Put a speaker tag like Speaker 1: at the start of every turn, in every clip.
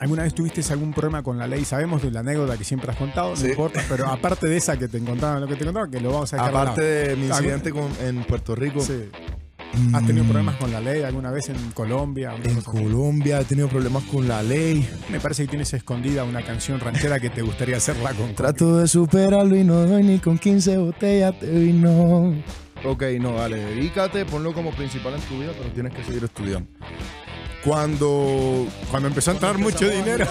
Speaker 1: ¿Alguna vez tuviste algún problema con la ley? Sabemos de la anécdota que siempre has contado, no
Speaker 2: Sí.
Speaker 1: importa, pero aparte de esa que te encontraron, lo que te contaron, que lo vamos a dejar
Speaker 2: Aparte
Speaker 1: al
Speaker 2: de mi incidente con- en Puerto Rico, mm,
Speaker 1: lado. Sí. ¿Has tenido problemas con la ley alguna vez en Colombia? Una
Speaker 2: en
Speaker 1: cosa así.
Speaker 2: Colombia he tenido problemas con la ley.
Speaker 1: Me parece que tienes escondida una canción ranchera que te gustaría hacerla con.
Speaker 2: Trato de superarlo y no doy ni con 15 botellas de vino. Ok, no, dale, dedícate, ponlo como principal en tu vida, pero tienes que seguir estudiando. Cuando
Speaker 1: Cuando empezó a entrar mucho dinero.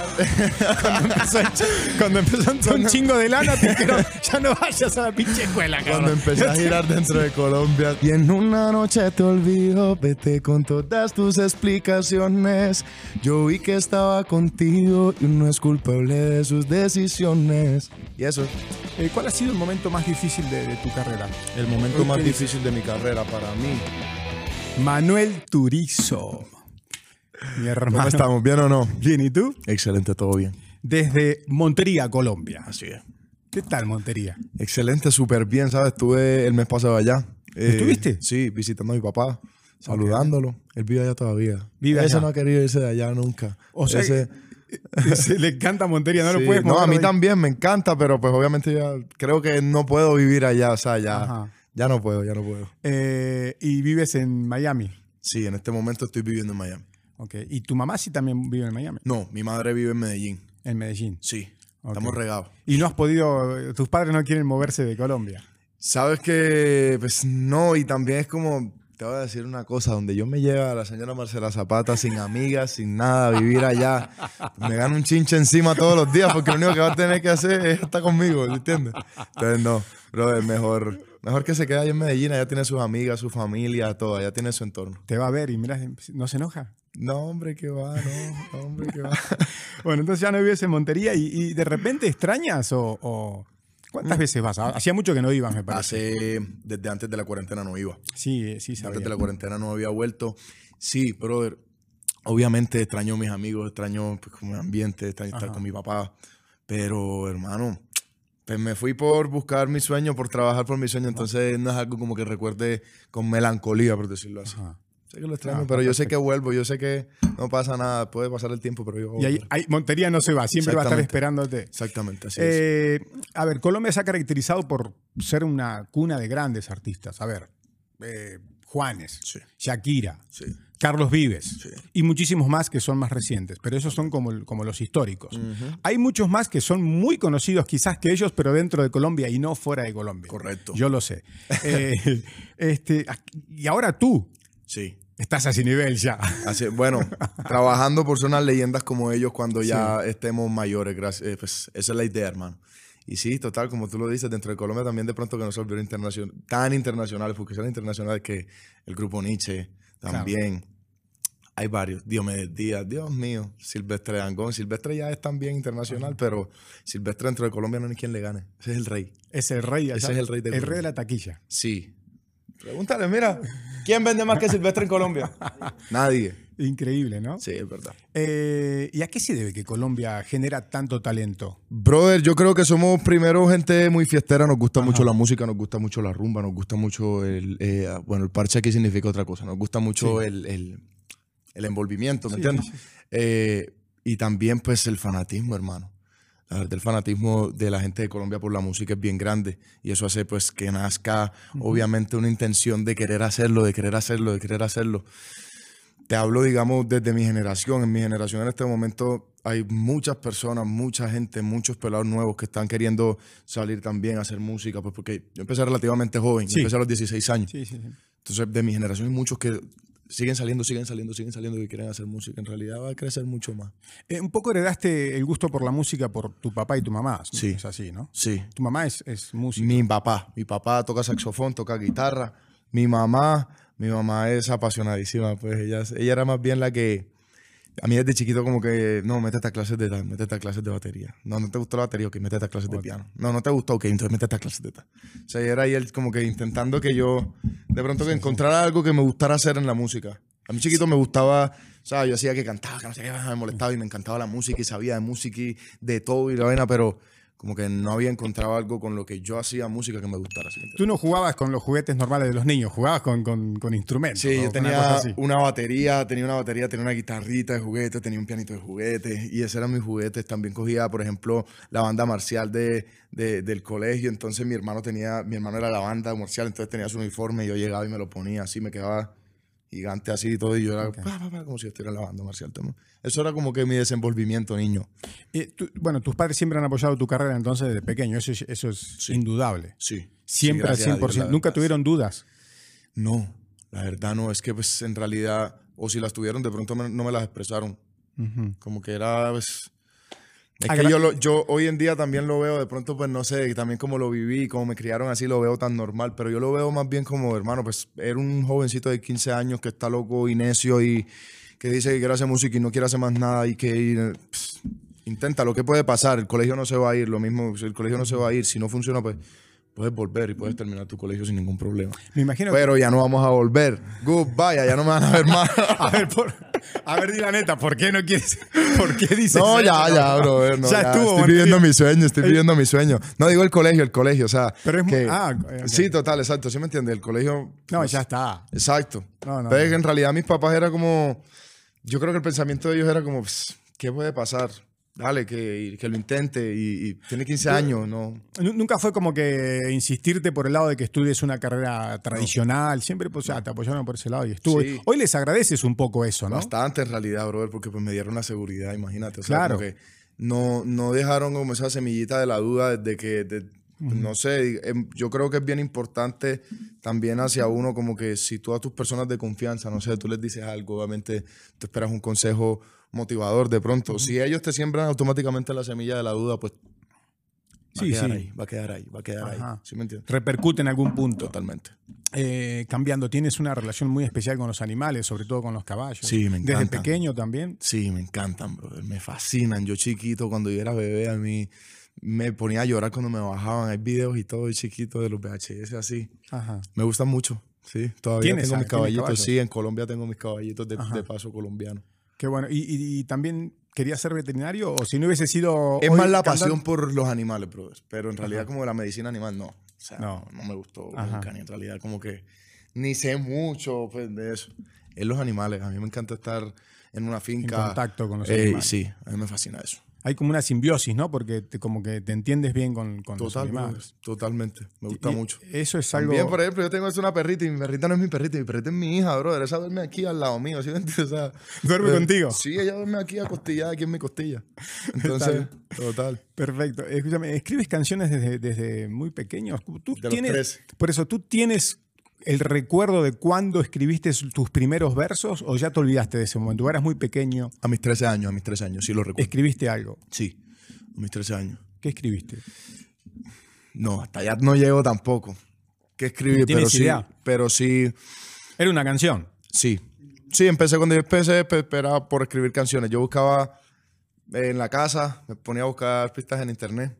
Speaker 1: cuando, empezó a, cuando empezó a entrar un chingo de lana, te dijeron, ya no vayas a la pinche escuela, cabrón.
Speaker 2: Cuando empecé a girar dentro de Colombia. Y en una noche te olvido, vete con todas tus explicaciones. Yo vi que estaba contigo y uno es culpable de sus decisiones. Y eso es
Speaker 1: Eh, ¿Cuál ha sido el momento más difícil de, de tu carrera?
Speaker 2: el momento
Speaker 1: Ok.
Speaker 2: más difícil de mi carrera para mí.
Speaker 1: Manuel Turizo. Mi hermano.
Speaker 2: ¿Cómo estamos? ¿Bien o no?
Speaker 1: Bien, ¿y tú?
Speaker 2: Excelente, todo bien.
Speaker 1: Desde Montería, Colombia.
Speaker 2: Así es.
Speaker 1: ¿Qué tal Montería?
Speaker 2: Excelente, súper bien, ¿sabes? Estuve el mes pasado allá. Eh,
Speaker 1: ¿Estuviste?
Speaker 2: Sí, visitando a mi papá, saludándolo. Él vive allá todavía.
Speaker 1: Vive
Speaker 2: Ese
Speaker 1: allá.
Speaker 2: no ha querido irse de allá nunca.
Speaker 1: O sea,
Speaker 2: Ese-
Speaker 1: Se le encanta Montería, no
Speaker 2: Sí,
Speaker 1: lo puedes
Speaker 2: No,
Speaker 1: mover
Speaker 2: a mí
Speaker 1: de ahí.
Speaker 2: también me encanta, pero pues obviamente ya creo que no puedo vivir allá, o sea, ya,
Speaker 1: Ajá.
Speaker 2: ya no puedo, ya no puedo.
Speaker 1: Eh, y vives en Miami.
Speaker 2: Sí, en este momento estoy viviendo en Miami.
Speaker 1: Ok. Y tu mamá sí también vive en Miami,
Speaker 2: No, mi madre vive en Medellín.
Speaker 1: en Medellín.
Speaker 2: Sí,
Speaker 1: Ok.
Speaker 2: estamos regados.
Speaker 1: Y no has podido, tus padres no quieren moverse de Colombia.
Speaker 2: Sabes que, pues no, y también es como, te voy a decir una cosa, donde yo me lleva a la señora Marcela Zapata sin amigas, sin nada, a vivir allá, me gano un chinche encima todos los días porque lo único que va a tener que hacer es estar conmigo, ¿me ¿entiendes? Entonces no, brother, mejor, mejor que se quede allá en Medellín, allá tiene sus amigas, su familia, todo, allá tiene su entorno.
Speaker 1: Te va a ver y mirá, no se enoja.
Speaker 2: No, hombre, que va, no, no, hombre, que va.
Speaker 1: Bueno, entonces ya no vives en Montería y, y de repente extrañas o... o-
Speaker 2: Mm.
Speaker 1: ¿Cuántas veces vas? Hacía mucho que no ibas,
Speaker 2: Ah,
Speaker 1: me parece.
Speaker 2: Hace, desde antes de la cuarentena no iba.
Speaker 1: Sí, sí, sabía.
Speaker 2: Antes de la cuarentena no había vuelto. Sí, brother. Obviamente extraño a mis amigos, extraño pues, como el ambiente, extraño estar
Speaker 1: Ajá.
Speaker 2: con mi papá. Pero, hermano, pues me fui por buscar mi sueño, por trabajar por mi sueño. Entonces no es algo como que recuerde con melancolía, por decirlo así.
Speaker 1: Ajá.
Speaker 2: Sé que lo extraño,
Speaker 1: Ah,
Speaker 2: pero yo sé que vuelvo, yo sé que no pasa nada. Puede pasar el tiempo, pero yo voy a
Speaker 1: Y ahí,
Speaker 2: volver.
Speaker 1: ahí Montería no se va, siempre va a estar
Speaker 2: Exactamente.
Speaker 1: esperándote.
Speaker 2: Exactamente, así es.
Speaker 1: Eh, a ver, Colombia se ha caracterizado por ser una cuna de grandes artistas. A ver, eh, Juanes,
Speaker 2: Sí.
Speaker 1: Shakira,
Speaker 2: Sí.
Speaker 1: Carlos Vives y muchísimos más que son más recientes, pero esos son como, el- como los históricos. Hay muchos más que son muy conocidos quizás que ellos, pero dentro de Colombia y no fuera de Colombia.
Speaker 2: Correcto.
Speaker 1: Yo lo sé. Eh, este, y ahora tú
Speaker 2: Sí.
Speaker 1: estás a ese nivel ya.
Speaker 2: Así, bueno, trabajando por ser unas leyendas como ellos cuando ya estemos mayores, gracias. eh, pues, esa es la idea, hermano. Y sí, total, como tú lo dices, dentro de Colombia también de pronto que no se volvieron internacion- tan internacionales, porque son internacionales que el grupo Nietzsche también. Hay varios, Diomedes Díaz, Dios mío, Silvestre Dangón. Silvestre ya es también internacional, pero Silvestre dentro de Colombia no hay quien le gane. Ese es el rey.
Speaker 1: Es el rey allá.
Speaker 2: Ese es el rey de
Speaker 1: El rey de
Speaker 2: Colombia.
Speaker 1: la taquilla.
Speaker 2: Sí. Pregúntale, mira, ¿quién vende más que Silvestre en Colombia? Nadie.
Speaker 1: Increíble, ¿no?
Speaker 2: Sí, es verdad.
Speaker 1: Eh, ¿Y a qué se debe que Colombia genera tanto talento?
Speaker 2: Brother, yo creo que somos primero gente muy fiestera, nos gusta mucho la música, nos gusta mucho la rumba, nos gusta mucho el, eh, bueno, el parche aquí significa otra cosa, nos gusta mucho el, el- el envolvimiento, ¿me
Speaker 1: Sí,
Speaker 2: entiendes? Eh, y también pues el fanatismo, hermano. La verdad, el fanatismo de la gente de Colombia por la música es bien grande y eso hace pues que nazca obviamente una intención de querer hacerlo, de querer hacerlo, de querer hacerlo te hablo, digamos, desde mi generación. En mi generación en este momento hay muchas personas, mucha gente, muchos pelados nuevos que están queriendo salir también a hacer música, pues porque yo empecé relativamente joven, yo
Speaker 1: Sí.
Speaker 2: empecé a los 16 años.
Speaker 1: Sí, sí, sí.
Speaker 2: Entonces, de mi generación hay muchos que siguen saliendo, siguen saliendo, siguen saliendo que quieren hacer música. En realidad va a crecer mucho más.
Speaker 1: Eh, un poco heredaste el gusto por la música por tu papá y tu mamá.
Speaker 2: Sí.
Speaker 1: Es así, ¿no?
Speaker 2: Sí.
Speaker 1: Tu mamá es, es música.
Speaker 2: Mi papá, mi papá toca saxofón, toca guitarra. Mi mamá, mi mamá es apasionadísima, pues ella, ella era más bien la que a mí desde chiquito como que, no, mete estas clases de tal, mete estas clases de batería. No, no te gustó la batería, ok, mete estas clases de piano. No, no te gustó, ok, entonces mete estas clases de tal. O sea, ella era ahí el- como que intentando que yo de pronto que encontrara algo que me gustara hacer en la música. A mí chiquito me gustaba, o sea, yo hacía que cantaba, que no sé qué, me molestaba y me encantaba la música y sabía de música y de todo y la vaina, pero Como que no había encontrado algo con lo que yo hacía música que me gustara. ¿sí me entiendes?
Speaker 1: Tú no jugabas con los juguetes normales de los niños, jugabas con, con- con instrumentos.
Speaker 2: Sí,
Speaker 1: ¿no?
Speaker 2: yo
Speaker 1: Con una cosa
Speaker 2: tenía
Speaker 1: así.
Speaker 2: una batería, tenía una batería, tenía una guitarrita de juguete, tenía un pianito de juguete, y esos eran mis juguetes. También cogía, por ejemplo, la banda marcial de, de- del colegio. Entonces mi hermano tenía, mi hermano era la banda marcial, entonces tenía su uniforme, y yo llegaba y me lo ponía así, me quedaba gigante así y todo, y yo era pa, pa, pa, como si estuviera en la banda marcial también. Eso era como que mi desenvolvimiento, niño.
Speaker 1: Eh, tú- bueno, tus padres siempre han apoyado tu carrera entonces desde pequeño, eso es, eso es indudable.
Speaker 2: Sí.
Speaker 1: Siempre al 100%. Nunca tuvieron dudas.
Speaker 2: No, la verdad no, es que pues en realidad, o si las tuvieron, de pronto me- no me las expresaron. Como que era, pues... Es que
Speaker 1: Agra-
Speaker 2: yo, lo- yo hoy en día también lo veo, de pronto pues no sé, y también como lo viví, como me criaron así, lo veo tan normal, pero yo lo veo más bien como, hermano, pues era un jovencito de 15 años que está loco y necio y que dice que quiere hacer música y no quiere hacer más nada y que y, eh, pss, intenta lo que puede pasar, el colegio no se va a ir, lo mismo, si el colegio no se va a ir, si no funciona, pues puedes volver y puedes terminar tu colegio sin ningún problema.
Speaker 1: Me imagino
Speaker 2: Pero ya no vamos a volver. Goodbye, ya no me van a ver más.
Speaker 1: A ver, por- a ver, di la neta, ¿por qué no quieres? ¿Por qué dices
Speaker 2: No,
Speaker 1: eso?
Speaker 2: ya, ya, bro. eh, No,
Speaker 1: Ya
Speaker 2: ya,
Speaker 1: estuvo,
Speaker 2: Estoy
Speaker 1: bueno,
Speaker 2: viviendo
Speaker 1: tío.
Speaker 2: mi sueño, estoy viviendo mi sueño. No digo el colegio, el colegio, o sea.
Speaker 1: Pero es mu-
Speaker 2: que-
Speaker 1: ah, ok, ok.
Speaker 2: Sí, total, exacto. ¿Sí me entiendes? El colegio.
Speaker 1: No,
Speaker 2: pues,
Speaker 1: ya está.
Speaker 2: Exacto.
Speaker 1: No, no,
Speaker 2: Pero es
Speaker 1: no.
Speaker 2: que en realidad mis papás era como. Yo creo que el pensamiento de ellos era como, "Pss, ¿qué puede pasar? Dale, que, que lo intente. Y, y tiene 15 años, no.
Speaker 1: Nu- Nunca fue como que insistirte por el lado de que estudies una carrera tradicional. Siempre pues, ya, te apoyaron por ese lado y estuvo.
Speaker 2: Sí.
Speaker 1: Hoy les agradeces un poco eso, ¿no?
Speaker 2: Bastante en realidad, brother, porque pues me dieron la seguridad, imagínate. O sea,
Speaker 1: Claro.
Speaker 2: como que no, no dejaron como esa semillita de la duda desde que, de- no sé, em, yo creo que es bien importante también hacia uno como que si tú a tus personas de confianza, no sé, tú les dices algo, obviamente te esperas un consejo motivador de pronto. Si ellos te siembran automáticamente la semilla de la duda, pues va a
Speaker 1: Sí,
Speaker 2: quedar
Speaker 1: sí.
Speaker 2: ahí, va a quedar ahí, va a quedar ahí.
Speaker 1: Ajá.
Speaker 2: ¿Sí me entiendes?
Speaker 1: Repercute en algún punto.
Speaker 2: Totalmente.
Speaker 1: Eh, cambiando, tienes una relación muy especial con los animales, sobre todo con los caballos.
Speaker 2: Sí, me
Speaker 1: Desde
Speaker 2: encantan.
Speaker 1: pequeño también.
Speaker 2: Sí, me encantan, brother. Me fascinan. Yo chiquito, cuando yo era bebé, a mí me ponía a llorar cuando me bajaban. Hay videos y todo de chiquito de los VHS así.
Speaker 1: Ajá.
Speaker 2: Me gustan mucho. Sí, todavía
Speaker 1: ¿Tienes-
Speaker 2: tengo mis
Speaker 1: tienes
Speaker 2: caballitos.
Speaker 1: caballos?
Speaker 2: Sí, en Colombia tengo mis caballitos de, de paso colombiano.
Speaker 1: Qué bueno. ¿Y, y- y también querías ser veterinario? ¿O si no hubiese sido.
Speaker 2: Es
Speaker 1: hoy
Speaker 2: más la
Speaker 1: cantante?
Speaker 2: pasión por los animales, brother. Pero en realidad, como la medicina animal, no. O sea,
Speaker 1: No.
Speaker 2: no, no me gustó
Speaker 1: Ajá.
Speaker 2: nunca. Ni en realidad, como que ni sé mucho pues, de eso. Es los animales. A mí me encanta estar en una finca.
Speaker 1: contacto con los
Speaker 2: Ey,
Speaker 1: animales.
Speaker 2: Eh, Sí, a mí me fascina eso.
Speaker 1: Hay como una simbiosis, ¿no? Porque te- como que te entiendes bien con, con los
Speaker 2: Total,
Speaker 1: animales.
Speaker 2: brother, totalmente. Me gusta
Speaker 1: Y-
Speaker 2: mucho.
Speaker 1: Eso es algo.
Speaker 2: Bien, por ejemplo, yo tengo es una perrita y mi perrita no es mi perrita, mi perrita es mi hija, brother. Esa duerme aquí al lado mío, ¿sí me entiendes? O sea,
Speaker 1: ¿Duerme
Speaker 2: eh,
Speaker 1: contigo?
Speaker 2: Sí, ella duerme aquí acostillada, aquí en mi costilla. Entonces, total.
Speaker 1: Perfecto. Escúchame, escribes canciones desde, desde muy pequeños. ¿Tú
Speaker 2: De los
Speaker 1: tienes,
Speaker 2: tres.
Speaker 1: Por eso, ¿tú tienes el recuerdo de cuándo escribiste tus primeros versos o ya te olvidaste de ese momento? Tú eras muy pequeño,
Speaker 2: A mis 13 años, a mis 13 años, sí lo recuerdo.
Speaker 1: escribiste algo.
Speaker 2: Sí, a mis 13 años.
Speaker 1: ¿Qué escribiste?
Speaker 2: No, hasta allá no llego tampoco. ¿Qué escribí?
Speaker 1: ¿Tienes
Speaker 2: Pero sí,
Speaker 1: idea?
Speaker 2: pero sí,
Speaker 1: Era una canción.
Speaker 2: Sí. Sí, empecé cuando yo empecé, pe- esperaba por escribir canciones. Yo buscaba eh, en la casa, me ponía a buscar pistas en internet,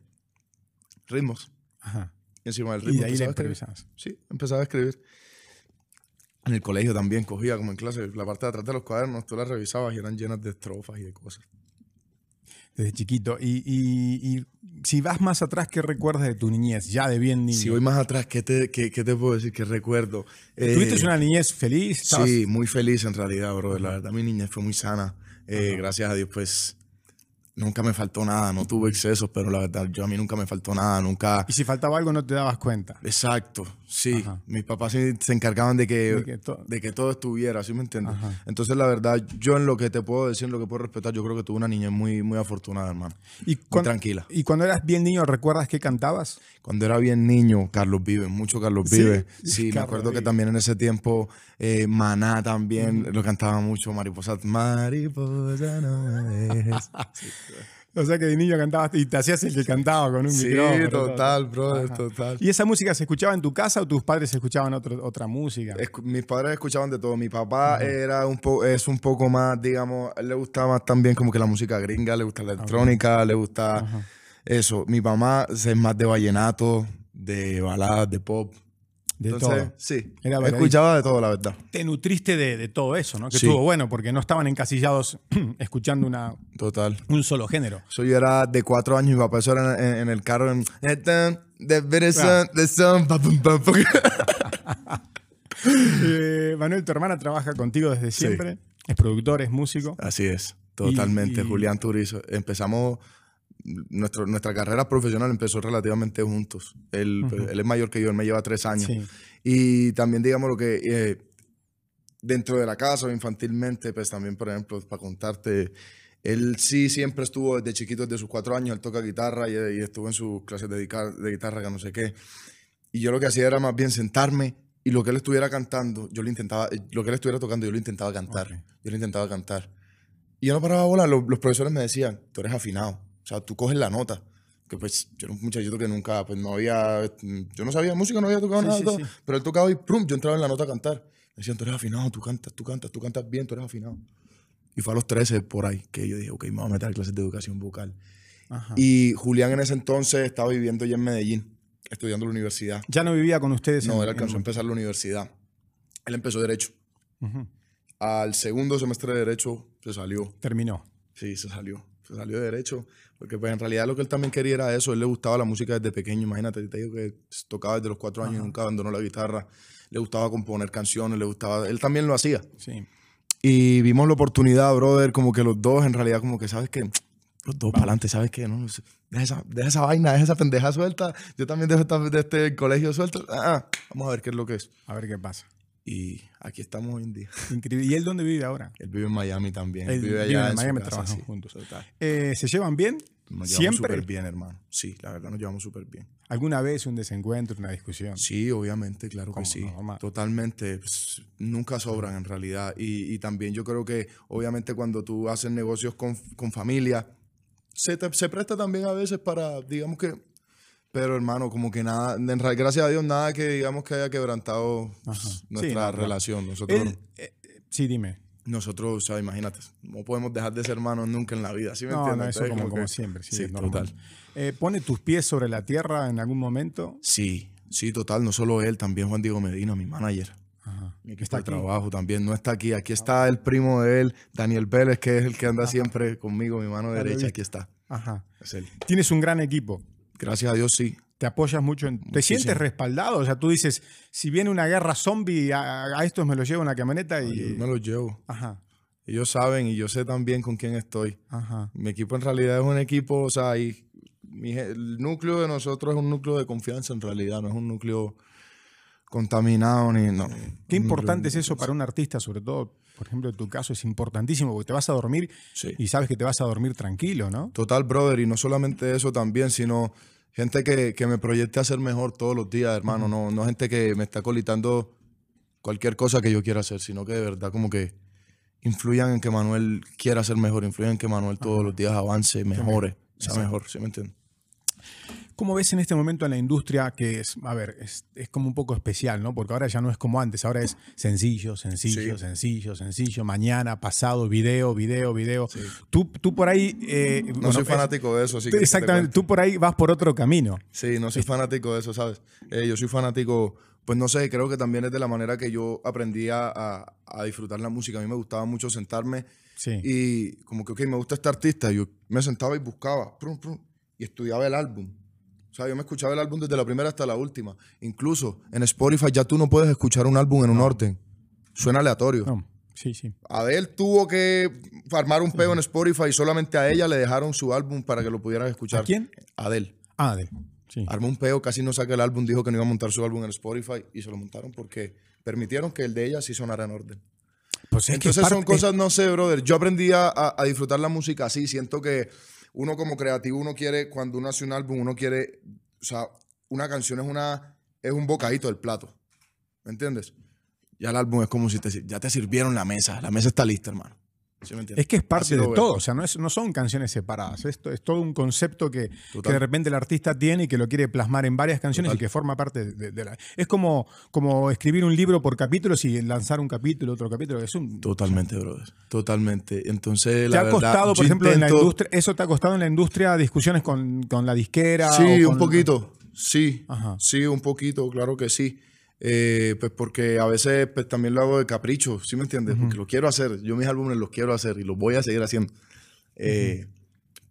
Speaker 2: ritmos,
Speaker 1: Ajá.
Speaker 2: y encima del ritmo.
Speaker 1: Y de ahí la
Speaker 2: empezaba a escribir.
Speaker 1: improvisás.
Speaker 2: Sí, empezaba a escribir. En el colegio también cogía, como en clase, la parte de atrás de los cuadernos, tú las revisabas y eran llenas de estrofas y de cosas.
Speaker 1: Desde chiquito. Y, y- y si vas más atrás, ¿qué recuerdas de tu niñez? Ya de bien niño.
Speaker 2: Si voy más atrás, ¿qué te, qué, qué te puedo decir? ¿Qué recuerdo? Eh,
Speaker 1: ¿Tuviste una niñez feliz? ¿Estabas-
Speaker 2: Sí, muy feliz en realidad, brother. La verdad, mi niñez fue muy sana. Eh, gracias a Dios, pues nunca me faltó nada. No tuve excesos, pero la verdad, yo a mí nunca me faltó nada. Nunca.
Speaker 1: Y si faltaba algo, no te dabas cuenta.
Speaker 2: Exacto, sí.
Speaker 1: Ajá.
Speaker 2: Mis papás sí se encargaban de que,
Speaker 1: De
Speaker 2: de
Speaker 1: que
Speaker 2: que,
Speaker 1: to-
Speaker 2: todo estuviera, ¿sí me entiendes?
Speaker 1: Ajá.
Speaker 2: Entonces, la verdad, yo en lo que te puedo decir, en lo que puedo respetar, yo creo que tuve una niñez muy, muy afortunada, hermano.
Speaker 1: Y
Speaker 2: Muy tranquila.
Speaker 1: ¿Y cuando eras bien niño, recuerdas qué cantabas?
Speaker 2: Cuando era bien niño, Carlos Vives, mucho Carlos
Speaker 1: Sí,
Speaker 2: Vives.
Speaker 1: sí,
Speaker 2: Sí, me
Speaker 1: Carlos
Speaker 2: acuerdo
Speaker 1: Vives.
Speaker 2: que también en ese tiempo eh, Maná también lo cantaba mucho, Mariposa. Mariposa no me dejes.
Speaker 1: O sea que de niño cantabas y te hacías el que cantaba con un
Speaker 2: sí,
Speaker 1: micrófono. todo.
Speaker 2: total, brother, total.
Speaker 1: ¿Y esa música se escuchaba en tu casa o tus padres escuchaban otro- otra música?
Speaker 2: Escu- mis padres escuchaban de todo. Mi papá era un po- es un poco más, digamos, a él le gustaba más también como que la música gringa, le
Speaker 1: Ah,
Speaker 2: gusta la electrónica, le gusta eso. Mi mamá es más de vallenato, de baladas, de pop.
Speaker 1: De
Speaker 2: Entonces,
Speaker 1: todo.
Speaker 2: sí.
Speaker 1: Era variadito.
Speaker 2: Escuchaba de todo, la verdad.
Speaker 1: Te nutriste de, de todo eso, ¿no? Que
Speaker 2: Sí.
Speaker 1: estuvo bueno, porque no estaban encasillados escuchando una,
Speaker 2: Total.
Speaker 1: un solo género.
Speaker 2: So, yo era de cuatro años y mi papá eso era en, en- en el carro. En, eh, de
Speaker 1: Ah.
Speaker 2: Venezuela, de Son, pa, pum, pa, pum.
Speaker 1: Eh, Manuel, tu hermana trabaja contigo desde siempre. Es productor, es músico.
Speaker 2: Así es, totalmente.
Speaker 1: y-
Speaker 2: Julián Turizo. Empezamos, nuestro, nuestra carrera profesional empezó relativamente juntos. Él, pues, él es mayor que yo, él me lleva tres años.
Speaker 1: Sí.
Speaker 2: Y también, digamos, lo que eh, dentro de la casa, infantilmente, pues también, por ejemplo, para contarte, él sí siempre estuvo desde chiquito, desde sus cuatro años, él toca guitarra y, y estuvo en sus clases de, guitar- de guitarra, que no sé qué. Y yo lo que hacía era más bien sentarme y lo que él estuviera cantando, yo lo intentaba, eh, lo que él estuviera tocando, yo lo intentaba cantar.
Speaker 1: Ok.
Speaker 2: Yo lo intentaba cantar. Y yo no paraba de volar. Los, los profesores me decían, tú eres afinado. O sea, tú coges la nota. Que pues yo era un muchachito que nunca, pues no había, yo no sabía música, no había tocado
Speaker 1: Sí,
Speaker 2: nada.
Speaker 1: sí,
Speaker 2: de todo.
Speaker 1: sí.
Speaker 2: Pero él tocaba y ¡prum! Yo entraba en la nota a cantar. Me decían, tú eres afinado, tú cantas, tú cantas, tú cantas bien, tú eres afinado. Y fue a los 13 por ahí que yo dije, ok, me voy a meter a clases de educación vocal.
Speaker 1: Ajá.
Speaker 2: Y Julián en ese entonces estaba viviendo ya en Medellín, estudiando en la universidad.
Speaker 1: ya no vivía con ustedes.
Speaker 2: No,
Speaker 1: en-
Speaker 2: él alcanzó a
Speaker 1: en-
Speaker 2: empezar la universidad. Él empezó Derecho.
Speaker 1: Ujú.
Speaker 2: Al segundo semestre de Derecho se salió.
Speaker 1: Terminó.
Speaker 2: Sí, se salió. Se salió de derecho. Porque pues en realidad lo que él también quería era eso. Él le gustaba la música desde pequeño. Imagínate, te digo que tocaba desde los cuatro años, nunca abandonó la guitarra. Le gustaba componer canciones, le gustaba... Él también lo hacía.
Speaker 1: Sí.
Speaker 2: Y vimos la oportunidad, brother, como que los dos en realidad como que, ¿sabes qué? Los dos para adelante, ¿sabes qué? No, deja, esa, deja esa vaina, deja esa pendeja suelta. Yo también dejo esta, de este colegio suelto. Ah, ah, vamos a ver qué es lo que es.
Speaker 1: A ver qué pasa.
Speaker 2: Y aquí estamos hoy en día.
Speaker 1: Increíble. ¿Y él dónde vive ahora?
Speaker 2: Él vive en Miami también. Él,
Speaker 1: Él
Speaker 2: vive allá
Speaker 1: vive en
Speaker 2: su
Speaker 1: Miami,
Speaker 2: casa,
Speaker 1: trabajan
Speaker 2: sí.
Speaker 1: juntos.
Speaker 2: Total.
Speaker 1: Eh, ¿Se llevan bien?
Speaker 2: Nos llevamos
Speaker 1: ¿Siempre?
Speaker 2: súper bien, hermano. Sí, la verdad nos llevamos súper bien.
Speaker 1: ¿Alguna vez un desencuentro, una discusión?
Speaker 2: Sí, obviamente, claro que
Speaker 1: ¿Cómo?
Speaker 2: sí.
Speaker 1: Normal.
Speaker 2: Totalmente. Pues, nunca sobran en realidad. Y, y también yo creo que, obviamente, cuando tú haces negocios con, con familia, se, te- se presta también a veces para, digamos que... Pero hermano, como que nada, en ra- gracias a Dios, nada que digamos que haya quebrantado pues,
Speaker 1: Ajá. Sí,
Speaker 2: nuestra
Speaker 1: no, claro.
Speaker 2: relación. Nosotros,
Speaker 1: Él, eh, eh, sí, dime.
Speaker 2: nosotros, o sea, imagínate, no podemos dejar de ser hermanos nunca en la vida, ¿sí me
Speaker 1: No,
Speaker 2: entiendes?
Speaker 1: no, eso
Speaker 2: Entonces,
Speaker 1: como,
Speaker 2: como
Speaker 1: como
Speaker 2: que-
Speaker 1: siempre. Sí,
Speaker 2: sí,
Speaker 1: es normal.
Speaker 2: total.
Speaker 1: Eh, ¿Pone tus pies sobre la tierra en algún momento?
Speaker 2: Sí, sí, total, no solo él, también Juan Diego Medina, mi manager.
Speaker 1: Ajá.
Speaker 2: Mi equipo
Speaker 1: Está
Speaker 2: de
Speaker 1: aquí.
Speaker 2: trabajo también no está aquí. Aquí está el primo de él, Daniel Vélez, que es el que anda siempre conmigo, mi mano
Speaker 1: Ya lo
Speaker 2: derecha.
Speaker 1: vi.
Speaker 2: Aquí está.
Speaker 1: Ajá.
Speaker 2: Es él.
Speaker 1: Tienes un gran equipo.
Speaker 2: Gracias a Dios, sí.
Speaker 1: Te apoyas mucho en. ¿Te
Speaker 2: Muchísimo.
Speaker 1: sientes respaldado? O sea, tú dices, si viene una guerra zombie, a, a estos me los llevo en la camioneta y.
Speaker 2: Yo me lo llevo.
Speaker 1: Ajá,
Speaker 2: Ellos saben y yo sé también con quién estoy.
Speaker 1: ajá.
Speaker 2: Mi equipo en realidad es un equipo, o sea, y mi gen- el núcleo de nosotros es un núcleo de confianza en realidad, no es un núcleo contaminado ni no.
Speaker 1: Qué
Speaker 2: Un núcleo-
Speaker 1: importante es eso para un artista, sobre todo, por ejemplo, en tu caso es importantísimo porque te vas a dormir
Speaker 2: Sí.
Speaker 1: y sabes que te vas a dormir tranquilo, ¿no?
Speaker 2: Total, brother, y no solamente eso también, sino gente que, que me proyecte a ser mejor todos los días, hermano. No, no gente que me está colitando cualquier cosa que yo quiera hacer, sino que de verdad como que influyan en que Manuel quiera ser mejor, influyan en que Manuel todos los días avance, mejore, sea mejor, ¿sí me entiendes?
Speaker 1: ¿Cómo ves en este momento en la industria que es, a ver, es, es como un poco especial, ¿no? Porque ahora ya no es como antes, ahora es sencillo, sencillo,
Speaker 2: Sí.
Speaker 1: sencillo, sencillo, mañana, pasado, video, video, video. Tú, tú por ahí... eh,
Speaker 2: No
Speaker 1: bueno,
Speaker 2: soy
Speaker 1: es-
Speaker 2: fanático de eso, así que... que te
Speaker 1: exactamente, tú por ahí vas por otro camino.
Speaker 2: Sí, no soy fanático de eso, ¿sabes? Eh, yo soy fanático, pues no sé, creo que también es de la manera que yo aprendí a, a- a disfrutar la música. A mí me gustaba mucho sentarme
Speaker 1: Sí.
Speaker 2: y como que, ok, me gusta este artista. Yo me sentaba y buscaba, prum, prum, y estudiaba el álbum. O sea, yo me escuchaba el álbum desde la primera hasta la última. Incluso en Spotify ya tú no puedes escuchar un álbum en un orden. Suena aleatorio.
Speaker 1: No, sí, sí.
Speaker 2: Adele tuvo que armar un peo en Spotify y solamente a ella le dejaron su álbum para que lo pudieras escuchar.
Speaker 1: ¿A quién?
Speaker 2: Adele.
Speaker 1: Ah, de- sí.
Speaker 2: Armó un peo, casi no saca el álbum, dijo que no iba a montar su álbum en Spotify y se lo montaron porque permitieron que el de ella sí sonara en orden.
Speaker 1: Pues es que
Speaker 2: Entonces
Speaker 1: es
Speaker 2: son
Speaker 1: parte-
Speaker 2: cosas, no sé, brother. Yo aprendí a, a- a disfrutar la música así. Siento que uno como creativo, uno quiere, cuando uno hace un álbum, uno quiere, o sea, una canción es una es un bocadito del plato. ¿Me entiendes? Ya el álbum es como si te, sir- ya te sirvieron la mesa. La mesa está lista, hermano. ¿Sí me entiendes?
Speaker 1: Es que es parte
Speaker 2: Así
Speaker 1: de
Speaker 2: lo veo.
Speaker 1: todo, o sea, no, es- no son canciones separadas, esto es todo un concepto que,
Speaker 2: Total.
Speaker 1: que de repente el artista tiene y que lo quiere plasmar en varias canciones
Speaker 2: Total.
Speaker 1: y que forma parte de, de la... Es como, como escribir un libro por capítulos y lanzar un capítulo, otro capítulo, es un...
Speaker 2: Totalmente, brother. Totalmente. Entonces,
Speaker 1: ¿Te
Speaker 2: la
Speaker 1: ha
Speaker 2: verdad,
Speaker 1: costado,
Speaker 2: yo
Speaker 1: por ejemplo, en la
Speaker 2: intento-
Speaker 1: industria, eso te ha costado en la industria discusiones con, con la disquera?
Speaker 2: Sí,
Speaker 1: o
Speaker 2: un
Speaker 1: con-
Speaker 2: poquito. Sí,
Speaker 1: Ajá.
Speaker 2: sí, un poquito, claro que sí. eh, pues porque a veces pues, también lo hago de capricho, ¿sí me entiendes? Porque lo quiero hacer, yo mis álbumes los quiero hacer y los voy a seguir haciendo. Eh,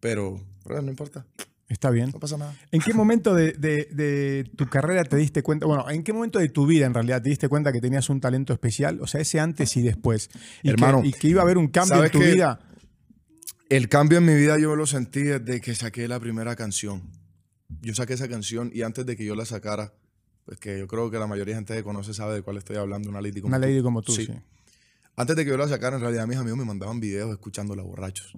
Speaker 2: Pero, bueno, no importa,
Speaker 1: Está bien.
Speaker 2: no pasa nada.
Speaker 1: ¿En qué momento de, de- de tu carrera te diste cuenta? Bueno, ¿en qué momento de tu vida en realidad te diste cuenta que tenías un talento especial? O sea, ese antes y después. Y
Speaker 2: Hermano,
Speaker 1: que, y que iba a haber un cambio en
Speaker 2: ¿sabes
Speaker 1: tu
Speaker 2: qué?
Speaker 1: vida.
Speaker 2: El cambio en mi vida yo lo sentí desde que saqué la primera canción. Yo saqué esa canción y antes de que yo la sacara, pues que yo creo que la mayoría de gente que conoce sabe de cuál estoy hablando, una lady como
Speaker 1: Una
Speaker 2: tú.
Speaker 1: lady como tú, sí.
Speaker 2: Sí. Antes de que yo la sacara, en realidad mis amigos me mandaban videos escuchándola borrachos,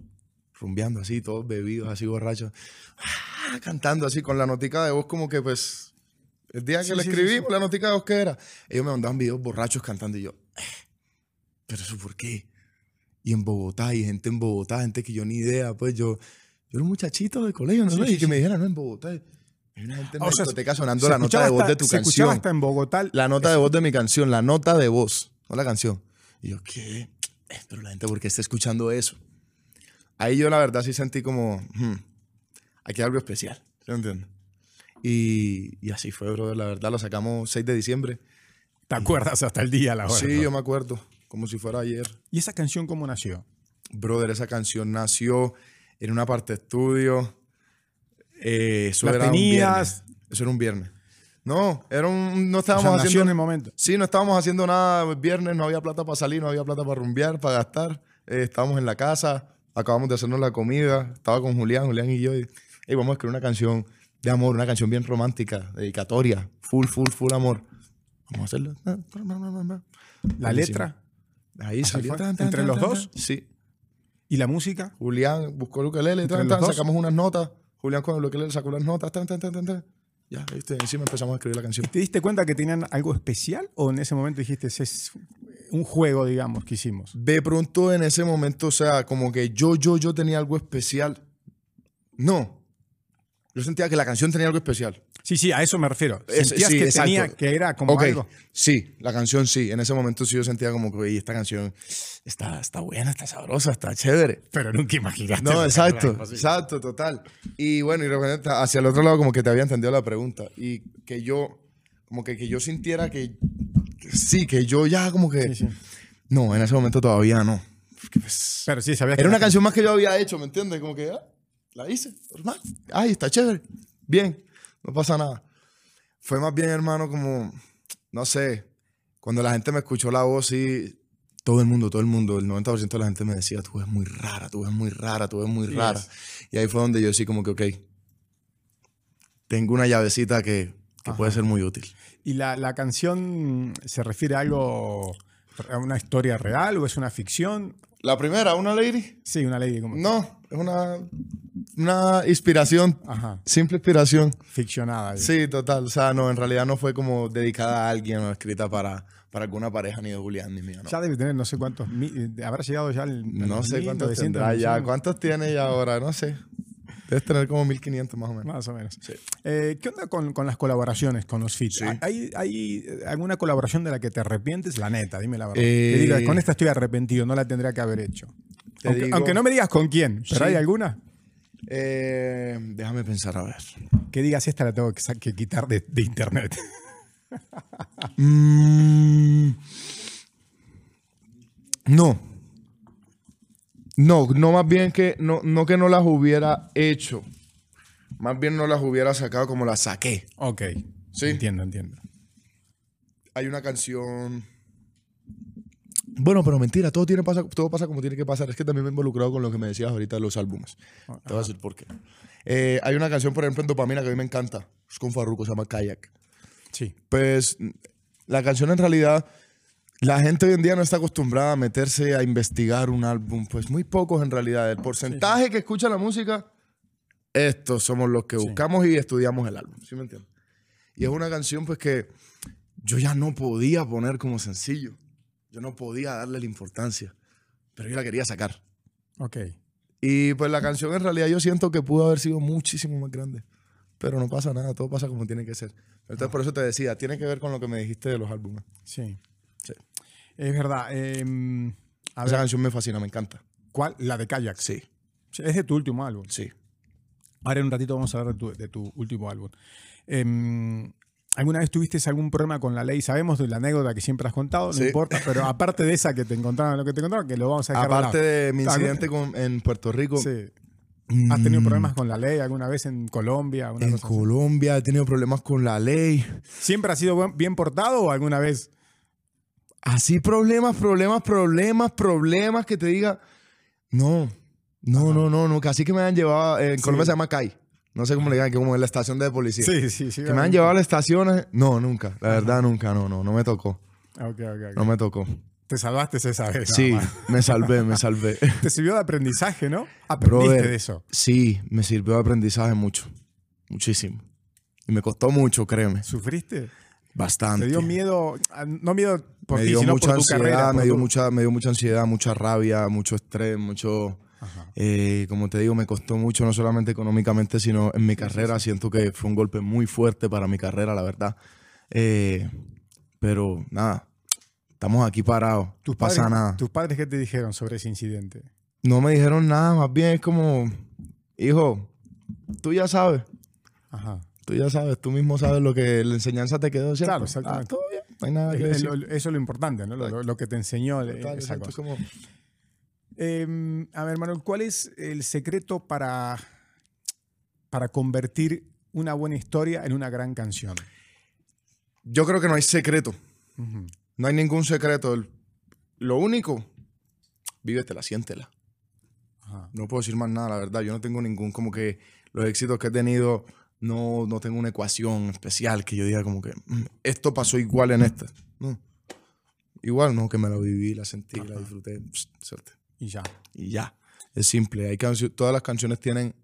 Speaker 2: rumbeando así, todos bebidos, así borrachos, ah, cantando así con la notica de voz como que pues el día que
Speaker 1: Sí,
Speaker 2: la
Speaker 1: sí, sí,
Speaker 2: escribimos, la notica de voz que era, ellos me mandaban videos borrachos cantando y yo, "Ah, pero eso por qué? Y en Bogotá, y gente en Bogotá, gente que yo ni idea, pues yo, yo era un muchachito de colegio, ¿no?
Speaker 1: Sí,
Speaker 2: sé,
Speaker 1: sí,
Speaker 2: y que
Speaker 1: sí.
Speaker 2: me dijeran, no, en Bogotá hay una gente en
Speaker 1: Ah,
Speaker 2: la
Speaker 1: o sea,
Speaker 2: discoteca sonando
Speaker 1: Se
Speaker 2: la nota
Speaker 1: escuchaba
Speaker 2: de voz de
Speaker 1: hasta-
Speaker 2: tu
Speaker 1: se escuchaba
Speaker 2: canción.
Speaker 1: hasta en Bogotá.
Speaker 2: La nota de voz de mi canción, la nota de voz, no la canción. Y yo, ¿qué? Eh, Pero la gente, ¿por qué está escuchando eso? Ahí yo la verdad sí sentí como, hmm, aquí hay algo especial, ¿sí me entiendes? Y, y así fue, brother, la verdad, lo sacamos 6 de diciembre.
Speaker 1: ¿Te acuerdas hasta el día, la hora?
Speaker 2: sí, yo me acuerdo, como si fuera ayer.
Speaker 1: ¿Y esa canción cómo nació?
Speaker 2: Brother, esa canción nació en una parte estudio. Eh, eso
Speaker 1: ¿La
Speaker 2: era un
Speaker 1: tenías?
Speaker 2: viernes. Eso era un viernes. No, era un, no
Speaker 1: O sea, nació
Speaker 2: estábamos
Speaker 1: en
Speaker 2: haciendo
Speaker 1: el momento.
Speaker 2: Sí, no estábamos haciendo nada el viernes, no había plata para salir, no había plata para rumbear, para gastar. Eh, estábamos en la casa, acabamos de hacernos la comida, estaba con Julián, Julián y yo. Y, "Ey, vamos a escribir una canción de amor, una canción bien romántica, dedicatoria, full, full, full amor. Vamos a hacerlo.
Speaker 1: La
Speaker 2: Buenísimo.
Speaker 1: letra
Speaker 2: Ahí
Speaker 1: ¿Así
Speaker 2: salió.
Speaker 1: fue? ¿Entre los dos?
Speaker 2: Sí.
Speaker 1: y la música.
Speaker 2: Julián buscó el ukelele,
Speaker 1: ¿Entre
Speaker 2: tan,
Speaker 1: los
Speaker 2: tan,
Speaker 1: dos?
Speaker 2: sacamos unas notas. Julián con el ukelele sacó las notas, tan, tan, tan, tan, tan. Ya, ¿viste? encima empezamos a escribir la canción.
Speaker 1: ¿Te diste cuenta que tenían algo especial o en ese momento dijiste, "Ese es un juego, digamos, que hicimos?
Speaker 2: De pronto en ese momento, o sea, como que yo, yo, yo tenía algo especial. No. Yo sentía que la canción tenía algo especial.
Speaker 1: Sí, sí, a eso me refiero.
Speaker 2: Es-
Speaker 1: Sentías
Speaker 2: sí,
Speaker 1: que
Speaker 2: exacto.
Speaker 1: tenía, que era como
Speaker 2: ok,
Speaker 1: algo.
Speaker 2: sí, la canción sí. En ese momento sí yo sentía como que, oye, esta canción está, está buena, está sabrosa, está chévere.
Speaker 1: Pero nunca imaginaste.
Speaker 2: No, exacto, exacto, total. Y bueno, y de repente hacia el otro lado como que te había entendido la pregunta. Y que yo, como que, que yo sintiera que, que sí, que yo ya como que...
Speaker 1: Sí, sí.
Speaker 2: No, en ese momento todavía no. Porque, pues,
Speaker 1: Pero sí, sabías
Speaker 2: Era
Speaker 1: que
Speaker 2: una canción más que yo había hecho, ¿me entiendes? Como que, ah, la hice, normal. Ay, está chévere. Bien, no pasa nada. Fue más bien, hermano, como, no sé, cuando la gente me escuchó la voz y todo el mundo, todo el mundo, el 90% de la gente me decía, tú eres muy rara, tú eres muy rara, tú eres muy
Speaker 1: Sí,
Speaker 2: rara.
Speaker 1: es.
Speaker 2: Y ahí fue donde yo sí como que, ok, tengo una llavecita que, que puede ser muy útil.
Speaker 1: ¿Y la, la canción se refiere a algo, a una historia real o es una ficción?
Speaker 2: La primera, una lady.
Speaker 1: Sí, una ley como.
Speaker 2: No, es una, una inspiración,
Speaker 1: Ajá,
Speaker 2: simple inspiración.
Speaker 1: ficcionada. digo.
Speaker 2: Sí, total. O sea, no, en realidad no fue como dedicada a alguien o escrita para, para alguna pareja ni de Julián ni mía. No,
Speaker 1: Ya debe tener no sé cuántos. mi- eh, habrá llegado ya al.
Speaker 2: no sé cuántos tendrá ya. ¿Cuántos tiene ya ahora? No sé. Debes tener como 1500 más o menos.
Speaker 1: Más o menos.
Speaker 2: Sí.
Speaker 1: Eh, ¿Qué onda con, con las colaboraciones, con los feats?
Speaker 2: Sí.
Speaker 1: ¿Hay, hay, eh, alguna colaboración de la que te arrepientes? La neta, dime la verdad.
Speaker 2: Eh,
Speaker 1: Que digas, con esta estoy arrepentido, no la tendría que haber hecho.
Speaker 2: Te
Speaker 1: Aunque,
Speaker 2: digo-
Speaker 1: aunque no me digas con quién, pero
Speaker 2: Sí.
Speaker 1: ¿hay alguna?
Speaker 2: Eh, déjame pensar a ver.
Speaker 1: Que digas, esta la tengo que, sa- que quitar de, de internet.
Speaker 2: Mm. no. No, no más bien que no, no que no las hubiera hecho. Más bien no las hubiera sacado como las saqué.
Speaker 1: ok.
Speaker 2: Sí.
Speaker 1: Entiendo, entiendo.
Speaker 2: hay una canción. Bueno, pero mentira, todo, tiene, pasa, todo pasa como tiene que pasar. Es que también me he involucrado con lo que me decías ahorita de los álbumes. Te voy a decir por qué. Eh, hay una canción, por ejemplo, en Dopamina que a mí me encanta. Es con Farruko, se llama Kayak.
Speaker 1: Sí.
Speaker 2: Pues la canción en realidad, la gente hoy en día no está acostumbrada a meterse a investigar un álbum. Pues muy pocos en realidad. El porcentaje que escucha la música, estos somos los que buscamos y estudiamos el álbum. ¿Sí me entiendes? Y es una canción pues que yo ya no podía poner como sencillo. Yo no podía darle la importancia. Pero yo la quería sacar.
Speaker 1: Ok.
Speaker 2: Y pues la canción en realidad yo siento que pudo haber sido muchísimo más grande. Pero no pasa nada, todo pasa como tiene que ser. Entonces por eso te decía, tiene que ver con lo que me dijiste de los álbumes.
Speaker 1: Sí.
Speaker 2: Sí.
Speaker 1: Es verdad. eh, a
Speaker 2: Esa
Speaker 1: ver,
Speaker 2: canción me fascina, me encanta.
Speaker 1: ¿cuál? La de Kayak.
Speaker 2: Sí,
Speaker 1: Es de tu último álbum.
Speaker 2: sí.
Speaker 1: Ahora en un ratito vamos a hablar de tu, de tu último álbum. Em, ¿Alguna vez tuviste algún problema con la ley? Sabemos de la anécdota que siempre has contado, no
Speaker 2: Sí.
Speaker 1: importa, pero aparte de esa que te encontraron, lo que te encontraron, que lo vamos a dejar de
Speaker 2: Aparte
Speaker 1: lado.
Speaker 2: de mi
Speaker 1: Ah,
Speaker 2: incidente con- en Puerto Rico, mm,
Speaker 1: Sí. ¿Has tenido problemas con la ley alguna vez en Colombia? Una
Speaker 2: en
Speaker 1: cosa así?
Speaker 2: Colombia he tenido problemas con la ley.
Speaker 1: ¿Siempre has sido buen- bien portado o alguna vez?
Speaker 2: Así problemas, problemas, problemas, problemas que te diga, no, no, no, no, no, que así que me han llevado, eh, en Colombia se llama CAI, no sé cómo le digan, que como en la estación de policía.
Speaker 1: Sí, sí, sí.
Speaker 2: Que me han llevado a la estación, eh, no, nunca, la verdad nunca, no, no, no me tocó,
Speaker 1: Ok, Ah, ok, ok.
Speaker 2: no me tocó.
Speaker 1: Te salvaste esa vez. nada
Speaker 2: Sí,
Speaker 1: más.
Speaker 2: me salvé, me salvé.
Speaker 1: Te sirvió de aprendizaje, ¿no? Aprendiste
Speaker 2: Brother,
Speaker 1: de eso.
Speaker 2: Sí, me sirvió de aprendizaje mucho, muchísimo. Y me costó mucho, créeme,
Speaker 1: ¿Sufriste?
Speaker 2: bastante.
Speaker 1: ¿Te dio miedo? ah, No miedo por
Speaker 2: me
Speaker 1: ti,
Speaker 2: dio
Speaker 1: sino
Speaker 2: mucha
Speaker 1: por tu
Speaker 2: ansiedad,
Speaker 1: carrera.
Speaker 2: me
Speaker 1: por
Speaker 2: dio
Speaker 1: tu-
Speaker 2: mucha, me dio mucha ansiedad, mucha rabia, mucho estrés, mucho,
Speaker 1: Ajá.
Speaker 2: eh, como te digo, me costó mucho, no solamente económicamente, sino en mi carrera. Siento que fue un golpe muy fuerte para mi carrera, la verdad. Eh, pero nada, estamos aquí parados, no
Speaker 1: ¿Tus
Speaker 2: pasa
Speaker 1: padres,
Speaker 2: nada.
Speaker 1: ¿Tus padres qué te dijeron sobre ese incidente?
Speaker 2: No me dijeron nada, más bien es como, hijo, tú ya sabes,
Speaker 1: Ajá.
Speaker 2: tú ya sabes, tú mismo sabes lo que la enseñanza te quedó, ¿cierto?
Speaker 1: Claro, exactamente.
Speaker 2: Ah, todo bien, no hay nada que
Speaker 1: El-
Speaker 2: decir.
Speaker 1: el- eso es lo importante, ¿no? Lo, lo- lo que te enseñó eh,
Speaker 2: Total,
Speaker 1: esa
Speaker 2: exacto, es
Speaker 1: cosa.
Speaker 2: como-
Speaker 1: Eh, a ver, Manuel, ¿cuál es el secreto para, para convertir una buena historia en una gran canción?
Speaker 2: Yo creo que no hay secreto.
Speaker 1: Ujú.
Speaker 2: No hay ningún secreto. El- Lo único, vívetela, siéntela.
Speaker 1: Ajá.
Speaker 2: No puedo decir más nada, la verdad. Yo no tengo ningún, como que los éxitos que he tenido, no, no tengo una ecuación especial que yo diga como que "Mm, esto pasó igual en esta. No. Igual no, que me la viví, la sentí, la disfruté. pss, suerte.
Speaker 1: Y ya.
Speaker 2: Y ya. Es simple. Hay cancio- todas las canciones tienen,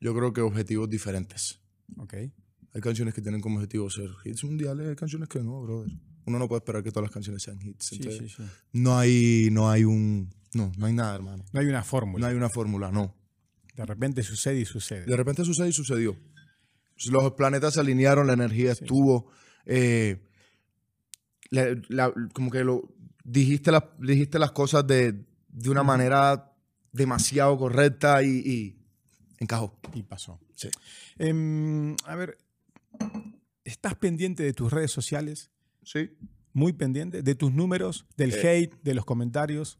Speaker 2: yo creo que objetivos diferentes.
Speaker 1: Ok.
Speaker 2: Hay canciones que tienen como objetivo ser hits mundiales, hay canciones que no, brother. Uno no puede esperar que todas las canciones sean hits.
Speaker 1: Sí,
Speaker 2: entonces-
Speaker 1: sí, sí.
Speaker 2: no hay, no hay un. No, no hay nada, hermano.
Speaker 1: No hay una fórmula.
Speaker 2: No hay una fórmula, no.
Speaker 1: De repente sucede y sucede.
Speaker 2: De repente sucede y sucedió. Pues, Los planetas se alinearon, la energía estuvo. eh, la- la- como que lo dijiste, las- dijiste las cosas de, de una manera demasiado correcta y, y encajó.
Speaker 1: Y pasó.
Speaker 2: Sí.
Speaker 1: Em, a ver, ¿estás pendiente de tus redes sociales?
Speaker 2: Sí.
Speaker 1: Muy pendiente. ¿De tus números? ¿Del
Speaker 2: Eh.
Speaker 1: hate? ¿De los comentarios?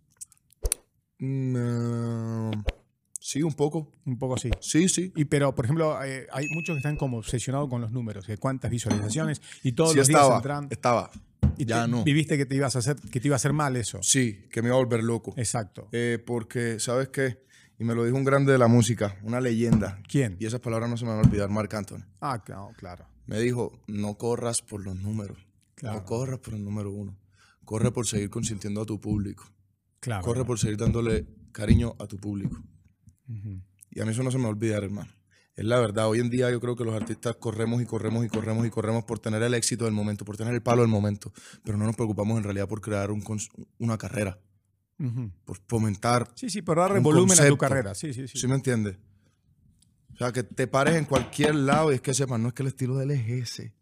Speaker 2: Mm, ah, sí, un poco.
Speaker 1: Un poco así.
Speaker 2: Sí, sí.
Speaker 1: Y pero, por ejemplo, eh, hay muchos que están como obsesionados con los números, de cuántas visualizaciones y todos
Speaker 2: Sí
Speaker 1: los días
Speaker 2: estaba.
Speaker 1: entran.
Speaker 2: Estaba.
Speaker 1: Y
Speaker 2: ya
Speaker 1: te-
Speaker 2: no.
Speaker 1: Viviste que te ibas a hacer, que te iba a hacer mal eso.
Speaker 2: Sí, que me iba a volver loco.
Speaker 1: Exacto.
Speaker 2: Eh, porque, ¿sabes qué? Y me lo dijo un grande de la música, una leyenda.
Speaker 1: ¿Quién?
Speaker 2: Y esas palabras no se me van a olvidar, Marc Anthony.
Speaker 1: Ah, claro, claro.
Speaker 2: Me dijo, no corras por los números.
Speaker 1: Claro.
Speaker 2: No corras por el número uno. Corre por seguir consintiendo a tu público.
Speaker 1: claro.
Speaker 2: Corre por seguir dándole cariño a tu público.
Speaker 1: Ujú.
Speaker 2: Y a mí eso no se me va a olvidar, hermano. Es la verdad. Hoy en día yo creo que los artistas corremos y corremos y corremos y corremos por tener el éxito del momento, por tener el palo del momento. Pero no nos preocupamos en realidad por crear un cons- una carrera,
Speaker 1: Ujú.
Speaker 2: por fomentar
Speaker 1: Sí, sí, por darle
Speaker 2: Un
Speaker 1: volumen a tu
Speaker 2: concepto.
Speaker 1: carrera. Sí, sí, sí.
Speaker 2: ¿Sí me entiendes? O sea, que te pares en cualquier lado y es que sepan, no es que el estilo de él es ese.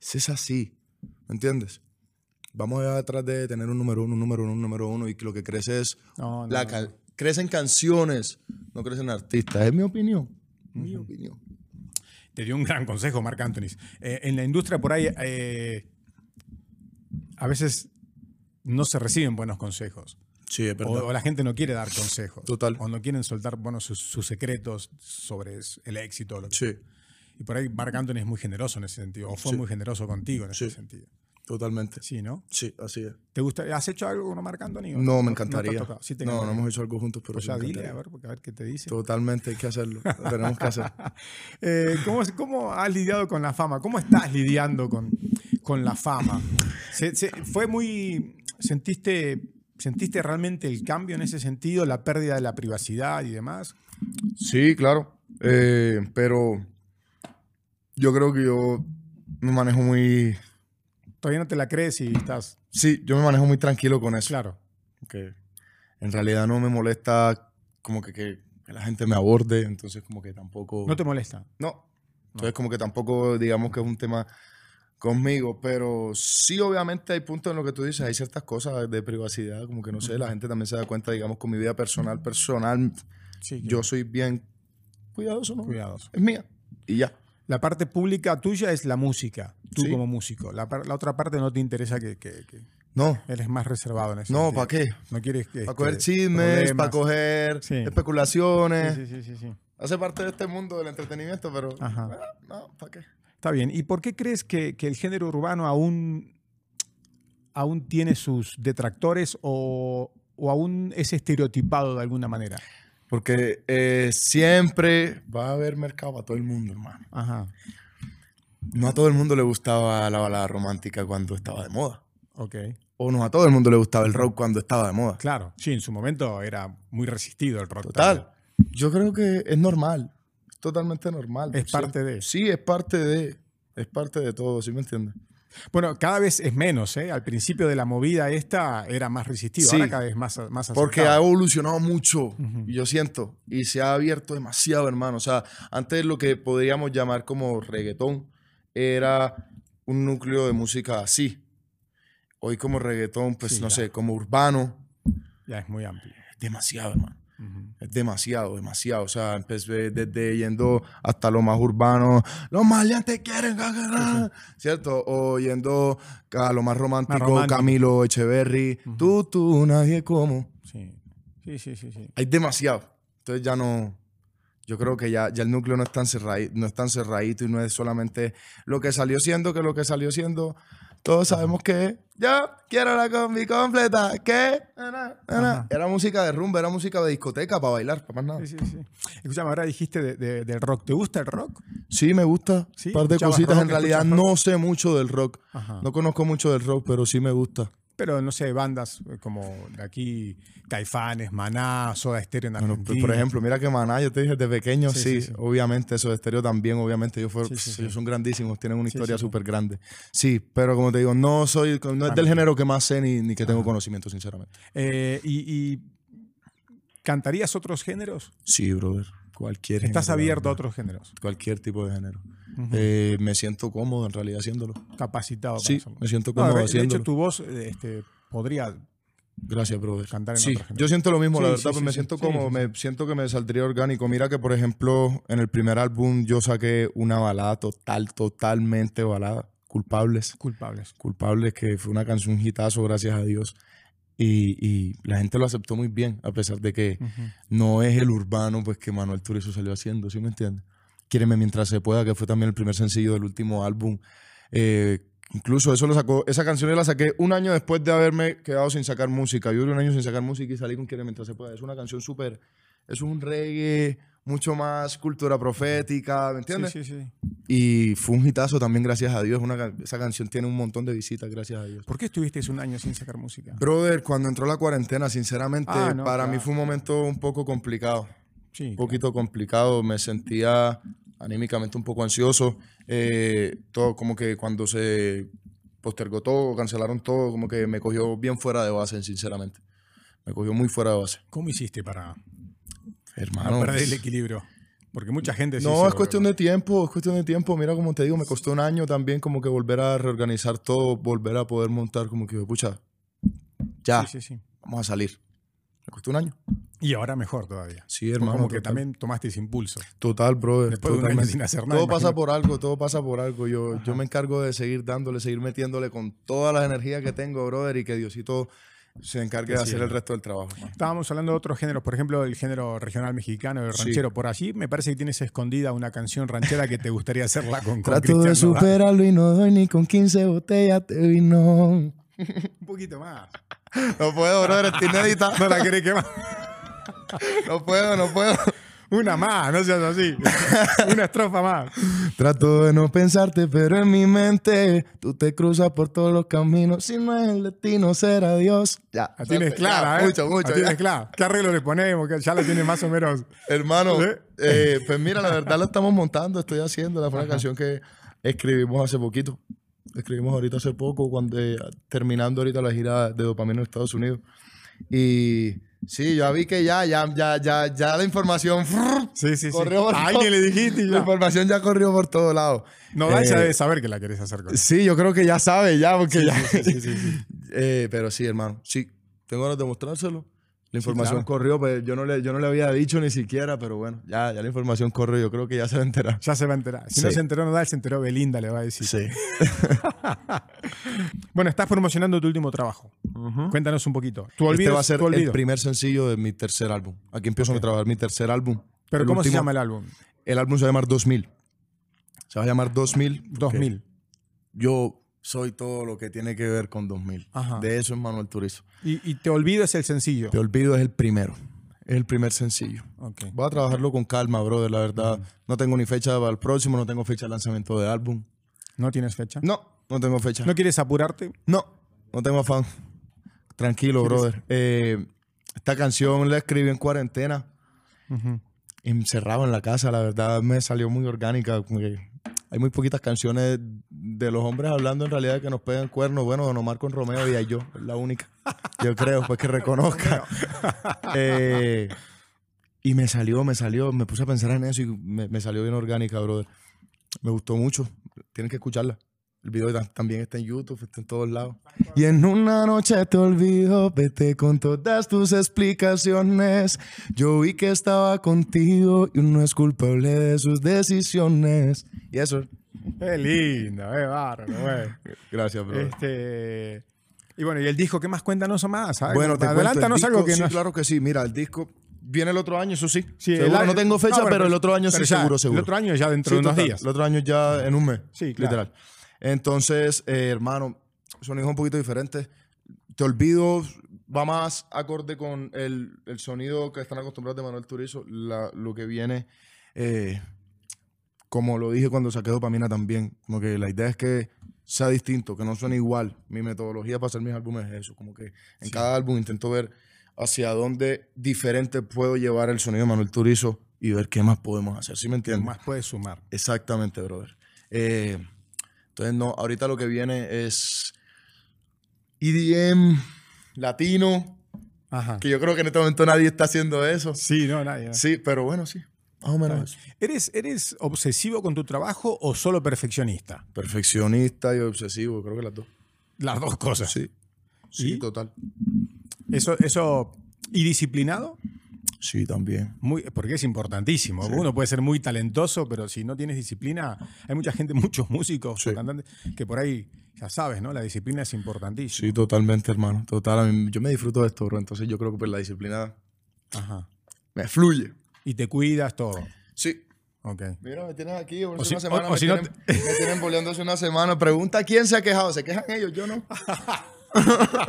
Speaker 2: Ese es así. ¿Me entiendes? Vamos allá detrás de tener un número uno, un número uno, un número uno y que lo que crece es...
Speaker 1: No, no,
Speaker 2: la
Speaker 1: no.
Speaker 2: ca- Crecen canciones, no crecen artistas. Es mi opinión. Mi opinión.
Speaker 1: Te dio un gran consejo, Marc Anthony. Eh, en la industria por ahí eh, a veces no se reciben buenos consejos.
Speaker 2: Sí, es
Speaker 1: O, o la gente no quiere dar consejos.
Speaker 2: Total.
Speaker 1: O no quieren soltar bueno, sus, sus secretos sobre es- el éxito. lo que-
Speaker 2: Sí,
Speaker 1: Y por ahí Marc Anthony es muy generoso en ese sentido. O fue
Speaker 2: Sí.
Speaker 1: muy generoso contigo en ese
Speaker 2: Sí.
Speaker 1: sentido.
Speaker 2: totalmente.
Speaker 1: Sí, ¿no?
Speaker 2: Sí, así es.
Speaker 1: ¿Te gusta? ¿Has hecho algo con Marc Anthony? o
Speaker 2: No, me
Speaker 1: te ha
Speaker 2: encantaría.
Speaker 1: tocado? Sí, te
Speaker 2: No, no
Speaker 1: encantaría.
Speaker 2: hemos hecho algo juntos, pero
Speaker 1: Pues
Speaker 2: sí me
Speaker 1: ya dile,
Speaker 2: encantaría.
Speaker 1: a ver, porque a ver qué te dice.
Speaker 2: Totalmente, hay que hacerlo. Lo tenemos que hacer.
Speaker 1: Eh, ¿cómo, es- cómo has lidiado con la fama? ¿Cómo estás lidiando con, con la fama? Se- se- ¿Fue muy... ¿Sentiste, ¿Sentiste realmente el cambio en ese sentido? ¿La pérdida de la privacidad y demás?
Speaker 2: Sí, claro. Eh, pero yo creo que yo me manejo muy.
Speaker 1: Todavía no te la crees y estás...
Speaker 2: Sí, yo me manejo muy tranquilo con eso.
Speaker 1: Claro.
Speaker 2: Que en realidad no me molesta como que, que- que la gente me aborde. Entonces, como que tampoco.
Speaker 1: No te molesta.
Speaker 2: No. Entonces, como que tampoco digamos que es un tema conmigo. Pero sí, obviamente, hay puntos en lo que tú dices. Hay ciertas cosas de privacidad. Como que no sé, la gente también se da cuenta, digamos, con mi vida personal. Personal,
Speaker 1: Sí,
Speaker 2: yo soy bien cuidadoso, ¿no?
Speaker 1: Cuidados.
Speaker 2: Es mía. Y ya.
Speaker 1: La parte pública tuya es la música, tú
Speaker 2: Sí.
Speaker 1: como músico. La, par- la otra parte no te interesa que, que- que
Speaker 2: No,
Speaker 1: eres más reservado en eso.
Speaker 2: no, ¿para qué?
Speaker 1: No quieres que.
Speaker 2: Para coger
Speaker 1: este,
Speaker 2: chismes,
Speaker 1: problemas.
Speaker 2: para coger
Speaker 1: Sí.
Speaker 2: especulaciones.
Speaker 1: Sí, sí, sí, sí, sí.
Speaker 2: Hace parte de este mundo del entretenimiento, pero.
Speaker 1: Ajá.
Speaker 2: ah, No, ¿para qué?
Speaker 1: Está bien. ¿Y por qué crees que, que el género urbano aún, aún tiene sus detractores o, o aún es estereotipado de alguna manera?
Speaker 2: Porque eh, siempre va a haber mercado para todo el mundo, hermano.
Speaker 1: Ajá.
Speaker 2: No a todo el mundo le gustaba la balada romántica cuando estaba de moda.
Speaker 1: Ok.
Speaker 2: O no a todo el mundo le gustaba el rock cuando estaba de moda.
Speaker 1: Claro. Sí, en su momento era muy resistido el rock.
Speaker 2: Total. Yo creo que es normal. Es totalmente normal.
Speaker 1: Es parte de.
Speaker 2: Sí, es parte de. Es parte de todo, ¿sí me entiendes?
Speaker 1: Bueno, cada vez es menos, ¿eh? Al principio de la movida esta era más resistido,
Speaker 2: Sí.
Speaker 1: ahora cada vez más, más
Speaker 2: Porque ha
Speaker 1: aceptado.
Speaker 2: evolucionado mucho,
Speaker 1: Ujú.
Speaker 2: yo siento, y se ha abierto demasiado, hermano. O sea, antes lo que podríamos llamar como reggaetón era un núcleo de música así. Hoy como reggaetón, pues
Speaker 1: Sí,
Speaker 2: no
Speaker 1: ya.
Speaker 2: sé, como urbano,
Speaker 1: ya es muy amplio.
Speaker 2: es demasiado, hermano.
Speaker 1: Ujú.
Speaker 2: Es demasiado, demasiado. O sea, empecé desde yendo hasta lo más urbano. Los maleantes quieren agarrar. ¿Cierto? O yendo a lo más romántico,
Speaker 1: romántico.
Speaker 2: Camilo Echeverry.
Speaker 1: Ujú.
Speaker 2: Tú, tú, nadie como.
Speaker 1: Sí. Sí, sí, sí, sí.
Speaker 2: Hay demasiado. Entonces ya no. Yo creo que ya, ya el núcleo no es, tan cerradi- no es tan cerradito y no es solamente lo que salió siendo, que lo que salió siendo. Todos sabemos que yo quiero la combi completa. ¿Qué? Na, na, na, na.
Speaker 1: Ajá.
Speaker 2: Era música de rumba, era música de discoteca para bailar, para más nada.
Speaker 1: Sí, sí, sí. Escúchame, ahora dijiste de- de- del rock. ¿Te gusta el rock?
Speaker 2: Sí, me gusta.
Speaker 1: Sí,
Speaker 2: par de
Speaker 1: escuchabas
Speaker 2: cositas.
Speaker 1: rock,
Speaker 2: en realidad
Speaker 1: escuchas rock. Ah.
Speaker 2: no sé mucho del rock.
Speaker 1: Ajá.
Speaker 2: No conozco mucho del rock, pero sí me gusta.
Speaker 1: Pero no sé, bandas eh, como de aquí, Caifanes, Maná, Soda Stereo en
Speaker 2: Bueno,
Speaker 1: Argentina.
Speaker 2: Ah, por ejemplo, mira que Maná, yo te dije desde pequeño,
Speaker 1: Sí,
Speaker 2: sí,
Speaker 1: sí, sí.
Speaker 2: obviamente, esos estéreo también, obviamente, ellos, fueron,
Speaker 1: Sí, sí,
Speaker 2: pff,
Speaker 1: sí.
Speaker 2: ellos son grandísimos, tienen una
Speaker 1: Sí,
Speaker 2: historia
Speaker 1: sí, sí.
Speaker 2: súper grande. Sí, pero como te digo, no soy, no es del
Speaker 1: Fanático.
Speaker 2: género que más sé ni, ni que tengo conocimiento, sinceramente.
Speaker 1: Eh, y, y cantarías otros géneros?
Speaker 2: Sí, brother, cualquier
Speaker 1: ¿Estás
Speaker 2: género, la
Speaker 1: abierto a
Speaker 2: verdad.
Speaker 1: otros géneros?
Speaker 2: Cualquier tipo de género.
Speaker 1: Ujú.
Speaker 2: Eh, me siento cómodo en realidad haciéndolo.
Speaker 1: Capacitado para
Speaker 2: Sí,
Speaker 1: hacerlo.
Speaker 2: me siento
Speaker 1: No, de-
Speaker 2: cómodo
Speaker 1: de
Speaker 2: haciéndolo.
Speaker 1: hecho, tu voz eh, este, podría
Speaker 2: Gracias, brother.
Speaker 1: Cantar en
Speaker 2: sí,
Speaker 1: otro género.
Speaker 2: yo siento lo mismo, la
Speaker 1: Sí,
Speaker 2: verdad,
Speaker 1: sí,
Speaker 2: pues
Speaker 1: sí,
Speaker 2: me
Speaker 1: sí.
Speaker 2: siento
Speaker 1: Sí,
Speaker 2: como,
Speaker 1: sí,
Speaker 2: me siento que me saldría orgánico. Mira que, por ejemplo, en el primer álbum yo saqué una balada total, totalmente balada, culpables,
Speaker 1: culpables.
Speaker 2: culpables, que fue una canción hitazo, gracias a Dios. Y, y la gente lo aceptó muy bien, a pesar de que no es el urbano pues que Manuel Turizo salió haciendo, ¿sí me entiendes? Quiéreme mientras se pueda, que fue también el primer sencillo del último álbum. Eh, incluso eso lo sacó, esa canción yo la saqué un año después de haberme quedado sin sacar música. Yo duré un año sin sacar música y salí con Quiéreme mientras se pueda. Es una canción súper, es un reggae, mucho más cultura profética, ¿me entiendes?
Speaker 1: Sí, sí, sí.
Speaker 2: Y fue un hitazo también, gracias a Dios. Una ca- esa canción tiene un montón de visitas, gracias a Dios.
Speaker 1: ¿Por qué estuviste un año sin sacar música?
Speaker 2: Brother, cuando entró la cuarentena, sinceramente,
Speaker 1: Ah, no,
Speaker 2: para mí
Speaker 1: claro.
Speaker 2: fue un momento un poco complicado
Speaker 1: Sí.
Speaker 2: un poquito complicado, me sentía anímicamente un poco ansioso, eh, todo como que cuando se postergó todo, cancelaron todo, como que me cogió bien fuera de base, sinceramente. Me cogió muy fuera de base.
Speaker 1: ¿Cómo hiciste para no
Speaker 2: Hermano.
Speaker 1: perder el
Speaker 2: pues,
Speaker 1: equilibrio? Porque mucha gente sí
Speaker 2: no,
Speaker 1: se
Speaker 2: es cuestión de tiempo, es cuestión de tiempo. Mira, como te digo, me costó un año también como que volver a reorganizar todo, volver a poder montar como que, pucha, ya,
Speaker 1: Sí, sí, sí.
Speaker 2: vamos a salir. Me costó un año.
Speaker 1: Y ahora mejor todavía.
Speaker 2: Sí,
Speaker 1: Porque
Speaker 2: hermano.
Speaker 1: como que
Speaker 2: total.
Speaker 1: también tomaste ese impulso.
Speaker 2: Total, brother.
Speaker 1: Después de un año
Speaker 2: totalmente.
Speaker 1: sin hacer nada,
Speaker 2: Todo pasa
Speaker 1: imagínate.
Speaker 2: por algo, todo pasa por algo. Yo, yo me encargo de seguir dándole, seguir metiéndole con todas las energías que tengo, brother, y que Diosito se encargue de hacer
Speaker 1: siga.
Speaker 2: el resto del trabajo. hermano.
Speaker 1: Estábamos hablando de otros géneros, por ejemplo, el género regional mexicano, el
Speaker 2: Sí.
Speaker 1: ranchero. Por allí me parece que tienes escondida una canción ranchera que te gustaría hacerla con, con
Speaker 2: Trato de
Speaker 1: Cristian Nodal.
Speaker 2: superarlo y no doy ni con 15 botellas de vino.
Speaker 1: Un poquito más.
Speaker 2: No puedo, brother, estoy inédita.
Speaker 1: No la querés quemar.
Speaker 2: No puedo, no puedo.
Speaker 1: Una más, no seas así. Una estrofa más.
Speaker 2: Trato de no pensarte, pero en mi mente tú te cruzas por todos los caminos. Si no es el destino, será Dios. Ya.
Speaker 1: La tienes
Speaker 2: Ya,
Speaker 1: clara, ¿eh?
Speaker 2: Mucho, mucho.
Speaker 1: La
Speaker 2: ya.
Speaker 1: tienes clara. ¿Qué arreglo le ponemos? Que ya la tienes más o menos.
Speaker 2: Hermano,
Speaker 1: ¿Eh?
Speaker 2: eh, pues mira, la verdad la estamos montando, estoy haciendo. Fue una canción que escribimos hace poquito. Escribimos ahorita hace poco, cuando eh, terminando ahorita la gira de dopamina en Estados Unidos. Y sí, yo vi que ya, ya, ya, ya, ya la información. frrr,
Speaker 1: Sí, sí, sí.
Speaker 2: Corrió por
Speaker 1: A
Speaker 2: todo.
Speaker 1: alguien le dijiste y
Speaker 2: La
Speaker 1: ya.
Speaker 2: información ya corrió por todos lados.
Speaker 1: No, Dai ya
Speaker 2: Eh,
Speaker 1: debe saber que la querés hacer con él.
Speaker 2: Sí, yo creo que ya sabe, ya, porque ya.
Speaker 1: sí, sí, sí, sí.
Speaker 2: Eh, pero sí, hermano, sí, tengo ganas de mostrárselo. La información
Speaker 1: claro.
Speaker 2: corrió, pues yo no, le, yo no le había dicho ni siquiera, pero bueno, ya, ya la información corrió, yo creo que ya se va a enterar.
Speaker 1: Ya se va a enterar. Si
Speaker 2: Sí.
Speaker 1: no se enteró Nadal, se enteró Belinda, le va a decir.
Speaker 2: Sí.
Speaker 1: Bueno, estás promocionando tu último trabajo. Cuéntanos un poquito. Tu olvido.
Speaker 2: este va a ser
Speaker 1: tu
Speaker 2: el
Speaker 1: olvido.
Speaker 2: primer sencillo de mi tercer álbum. Aquí empiezo a trabajar mi tercer álbum.
Speaker 1: Pero
Speaker 2: El
Speaker 1: ¿cómo se
Speaker 2: último-
Speaker 1: llama el álbum?
Speaker 2: El álbum se va a llamar 2000. Se va a llamar 2000. porque
Speaker 1: 2000.
Speaker 2: Yo soy todo lo que tiene que ver con 2000.
Speaker 1: Ajá.
Speaker 2: De eso es Manuel Turizo.
Speaker 1: Y, y Te Olvido es el sencillo.
Speaker 2: Te olvido es el primero. Es el primer sencillo.
Speaker 1: Ok.
Speaker 2: Voy a trabajarlo con calma, brother. La verdad, no tengo ni fecha para el próximo, no tengo fecha de lanzamiento de álbum.
Speaker 1: ¿No tienes fecha?
Speaker 2: No, no tengo fecha.
Speaker 1: ¿No quieres apurarte?
Speaker 2: No, no tengo afán. Tranquilo, brother. Eh, esta canción la escribí en cuarentena, encerrado en la casa. La verdad me salió muy orgánica. como que Hay muy poquitas canciones de los hombres hablando en realidad que nos pegan cuernos. Bueno, Don Omar con Romeo y ahí yo, es la única. Yo creo, pues que reconozca. Eh, y me salió, me salió, me puse a pensar en eso y me, me salió bien orgánica, brother. Me gustó mucho. Tienen que escucharla. El video tam- también está en YouTube, está en todos lados. Y en una noche te olvido, vete con todas tus explicaciones. Yo vi que estaba contigo y uno es culpable de sus decisiones. Y eso.
Speaker 1: Qué lindo, qué bárbaro, güey.
Speaker 2: Gracias, brother.
Speaker 1: Este, y bueno, y el disco, ¿qué más? Cuéntanos más. ¿sabes?
Speaker 2: Bueno, te
Speaker 1: adelántanos
Speaker 2: cuento, el
Speaker 1: algo
Speaker 2: disco-
Speaker 1: que
Speaker 2: sí,
Speaker 1: no.
Speaker 2: claro que sí. Mira, el disco viene el otro año, eso sí.
Speaker 1: Sí, el
Speaker 2: Seguro,
Speaker 1: año-
Speaker 2: no tengo fecha,
Speaker 1: No, bueno, pues,
Speaker 2: pero el otro año
Speaker 1: pero
Speaker 2: sí,
Speaker 1: ya,
Speaker 2: seguro, seguro.
Speaker 1: El otro año ya dentro
Speaker 2: Sí,
Speaker 1: de unos
Speaker 2: total,
Speaker 1: días.
Speaker 2: El otro año ya en un mes.
Speaker 1: Sí, claro.
Speaker 2: Literal. Entonces, eh, hermano, sonidos un poquito diferentes. Te olvido, va más acorde con el, el sonido que están acostumbrados de Manuel Turizo, la- lo que viene. eh, como lo dije cuando saqué dopamina también, como que la idea es que sea distinto, que no suene igual. Mi metodología para hacer mis álbumes es eso, como que en cada álbum intento ver hacia dónde diferente puedo llevar el sonido de Manuel Turizo y ver qué más podemos hacer, ¿sí me entiendes?
Speaker 1: Más puedes sumar.
Speaker 2: Exactamente, brother. Eh, entonces, no, ahorita lo que viene es EDM latino,
Speaker 1: Ajá.
Speaker 2: que yo creo que en este momento nadie está haciendo eso.
Speaker 1: Sí, no, nadie. ¿no?
Speaker 2: Sí, pero bueno, sí. Más o menos eso.
Speaker 1: ¿Eres, ¿Eres obsesivo con tu trabajo o solo perfeccionista?
Speaker 2: Perfeccionista y obsesivo, creo que las dos.
Speaker 1: Las dos cosas.
Speaker 2: Sí. Sí,
Speaker 1: ¿Y?
Speaker 2: total.
Speaker 1: Eso, eso, y disciplinado,
Speaker 2: Sí, también.
Speaker 1: muy, porque es importantísimo. Uno puede ser muy talentoso, pero si no tienes disciplina, hay mucha gente, muchos músicos,
Speaker 2: Sí.
Speaker 1: cantantes, que por ahí, ya sabes, ¿no? La disciplina es importantísima.
Speaker 2: Sí, totalmente, hermano. Total, a mí- yo me disfruto de esto, bro. Entonces yo creo que pues, la disciplina
Speaker 1: Ajá.
Speaker 2: me fluye.
Speaker 1: Y te cuidas todo.
Speaker 2: Sí.
Speaker 1: Ok.
Speaker 2: Mira, me tienes aquí, por
Speaker 1: O
Speaker 2: si
Speaker 1: si-
Speaker 2: una semana.
Speaker 1: o- o
Speaker 2: me,
Speaker 1: si no
Speaker 2: tienen, me tienen boleando hace una semana. Pregunta quién se ha quejado. ¿Se quejan ellos? Yo no.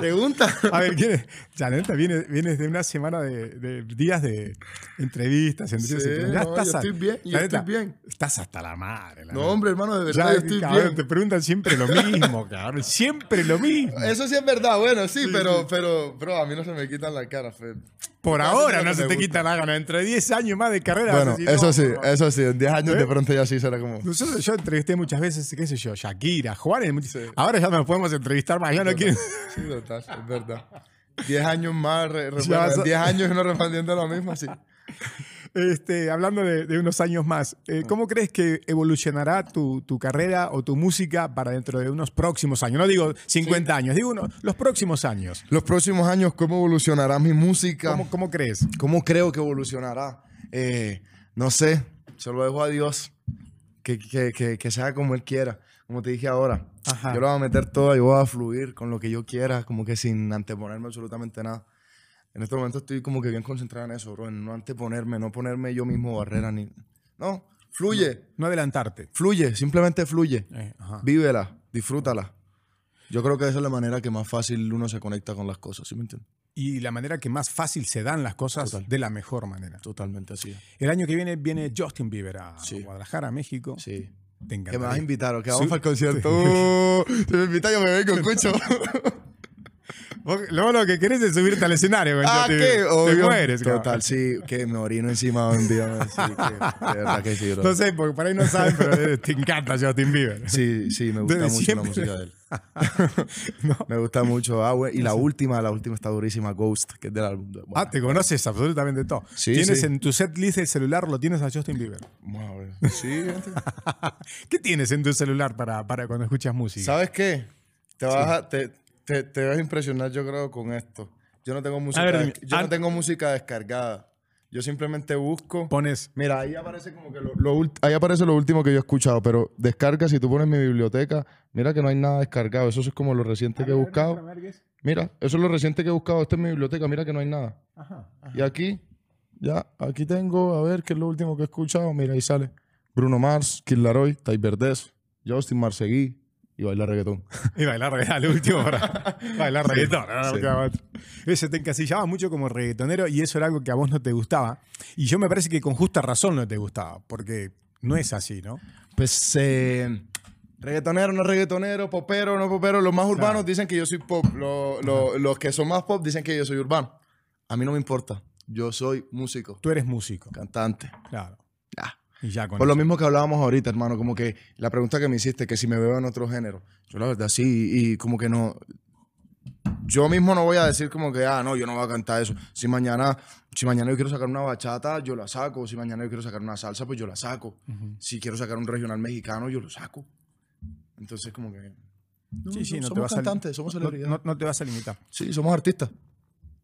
Speaker 2: Pregunta.
Speaker 1: A ver, ¿quién es? Ya, neta, vienes, vienes de una semana de, de días de entrevistas, entrevistas,
Speaker 2: Sí,
Speaker 1: entrevistas.
Speaker 2: no, yo estoy bien, yo
Speaker 1: la
Speaker 2: estoy bien.
Speaker 1: Estás hasta la madre. la
Speaker 2: No,
Speaker 1: neta.
Speaker 2: hombre, hermano, de verdad,
Speaker 1: Ya,
Speaker 2: yo estoy
Speaker 1: cabrón,
Speaker 2: bien.
Speaker 1: Te preguntan siempre lo mismo, cabrón. Siempre lo mismo.
Speaker 2: Eso sí es verdad, bueno, sí, pero, pero, bro, a mí no se me quitan la cara, Fed.
Speaker 1: Por
Speaker 2: Casi
Speaker 1: ahora
Speaker 2: no
Speaker 1: no
Speaker 2: me
Speaker 1: se te
Speaker 2: gusta.
Speaker 1: quita la gana. Entre 10 años más de carrera. vas a decir, no, no.
Speaker 2: eso sí, eh. en 10 años de pronto ya sí será como.
Speaker 1: Nosotros, yo entrevisté muchas veces, qué sé yo, Shakira, Juan. en- Ahora ya no nos podemos entrevistar más. Ya no quieren.
Speaker 2: Sí, total, es verdad. 10 años más, re- re-
Speaker 1: Ya vas a-
Speaker 2: 10 años uno respondiendo lo mismo, sí.
Speaker 1: Este, hablando de, de unos años más, eh, ¿cómo crees que evolucionará tu, tu carrera o tu música para dentro de unos próximos años? No digo 50 años, digo uno- los próximos años.
Speaker 2: Los próximos años, ¿cómo evolucionará mi música?
Speaker 1: ¿Cómo, cómo crees?
Speaker 2: ¿Cómo creo que evolucionará? Eh, no sé, se lo dejo a Dios. Que, que, que, que sea como Él quiera. Como te dije ahora,
Speaker 1: Ajá.
Speaker 2: yo lo voy a meter todo, yo voy a fluir con lo que yo quiera, como que sin anteponerme absolutamente nada. En este momento estoy como que bien concentrado en eso, bro, en no anteponerme, no ponerme yo mismo barreras ni... No, fluye,
Speaker 1: No adelantarte.
Speaker 2: fluye, simplemente fluye.
Speaker 1: Eh, ajá.
Speaker 2: Vívela, disfrútala. Yo creo que esa es la manera que más fácil uno se conecta con las cosas, ¿sí me entiendes?
Speaker 1: Y la manera que más fácil se dan las cosas
Speaker 2: Total.
Speaker 1: de la mejor manera.
Speaker 2: Totalmente así. es.
Speaker 1: El año que viene viene Justin Bieber a
Speaker 2: Sí.
Speaker 1: Guadalajara, a México.
Speaker 2: Sí.
Speaker 1: Te
Speaker 2: Que me vas a
Speaker 1: encantaría.
Speaker 2: invitar, o que vamos
Speaker 1: Sí.
Speaker 2: para el concierto. Uh, si me invitas, yo me vengo, escucho.
Speaker 1: Vos Luego lo que querés es subirte al escenario. güey.
Speaker 2: ah,
Speaker 1: Te-
Speaker 2: qué,
Speaker 1: te,
Speaker 2: obvio.
Speaker 1: mueres.
Speaker 2: Total,
Speaker 1: cabrón.
Speaker 2: sí, que me orino encima de un día. Sí, que, de verdad que sí, bro.
Speaker 1: No sé, porque por ahí no saben, pero eh, te encanta Justin Bieber.
Speaker 2: sí, sí, me gusta
Speaker 1: Desde
Speaker 2: mucho
Speaker 1: siempre.
Speaker 2: la música de él.
Speaker 1: No.
Speaker 2: Me gusta mucho. Ah, güey, Y la última, la última está durísima, Ghost, que es del álbum. de-
Speaker 1: Ah, te conoces absolutamente todo.
Speaker 2: Sí,
Speaker 1: tienes
Speaker 2: sí.
Speaker 1: en tu set list del celular, lo tienes a Justin Bieber.
Speaker 2: Vamos a ver. Sí, gente.
Speaker 1: ¿Qué tienes en tu celular para, para cuando escuchas música?
Speaker 2: ¿Sabes qué? Te vas, a, te, te- te vas a impresionar, yo creo, con esto. Yo no tengo música,
Speaker 1: ver,
Speaker 2: des-
Speaker 1: dime.
Speaker 2: yo
Speaker 1: Ah.
Speaker 2: no tengo música descargada. Yo simplemente busco.
Speaker 1: Pones.
Speaker 2: Mira, ahí aparece como que lo, lo ult- ahí aparece lo último que yo he escuchado, pero descarga si tú pones mi biblioteca, mira que no hay nada descargado. Eso es como lo reciente que he buscado. Mira, eso es lo reciente que he buscado. Esta es mi biblioteca, mira que no hay nada.
Speaker 1: Ajá.
Speaker 2: Y aquí, ya, aquí tengo, a ver, qué es lo último que he escuchado. Mira, ahí sale Bruno Mars, Kid Laroi, Tai Verdez, Justin Marseguí y baila reggaetón.
Speaker 1: Y bailar reggaetón, lo último. para- bailar reggaetón.
Speaker 2: sí.
Speaker 1: porque va otro. Ese te encasillaba mucho como reggaetonero y eso era algo que a vos no te gustaba. Y yo me parece que con justa razón no te gustaba, porque no es así, ¿no?
Speaker 2: Pues, eh, reggaetonero, no reggaetonero, popero, no popero. Los más urbanos dicen que yo soy pop. Lo- lo- los que son más pop dicen que yo soy urbano. A mí no me importa. Yo soy músico,
Speaker 1: Tú eres músico,
Speaker 2: cantante.
Speaker 1: claro.
Speaker 2: Ah.
Speaker 1: Y ya con
Speaker 2: Por lo
Speaker 1: eso.
Speaker 2: mismo que hablábamos ahorita, hermano, como que la pregunta que me hiciste, que si me veo en otro género, yo la verdad sí, y como que no, yo mismo no voy a decir como que, ah, no, yo no voy a cantar eso. Si mañana, si mañana yo quiero sacar una bachata, yo la saco. Si mañana yo quiero sacar una salsa, pues yo la saco.
Speaker 1: Ujú.
Speaker 2: Si quiero sacar un regional mexicano, yo lo saco. Entonces como que... no,
Speaker 1: Sí, sí, no te
Speaker 2: somos
Speaker 1: vas a-
Speaker 2: cantantes, somos
Speaker 1: No-
Speaker 2: celebridades.
Speaker 1: no- no te vas a limitar.
Speaker 2: sí, somos artistas.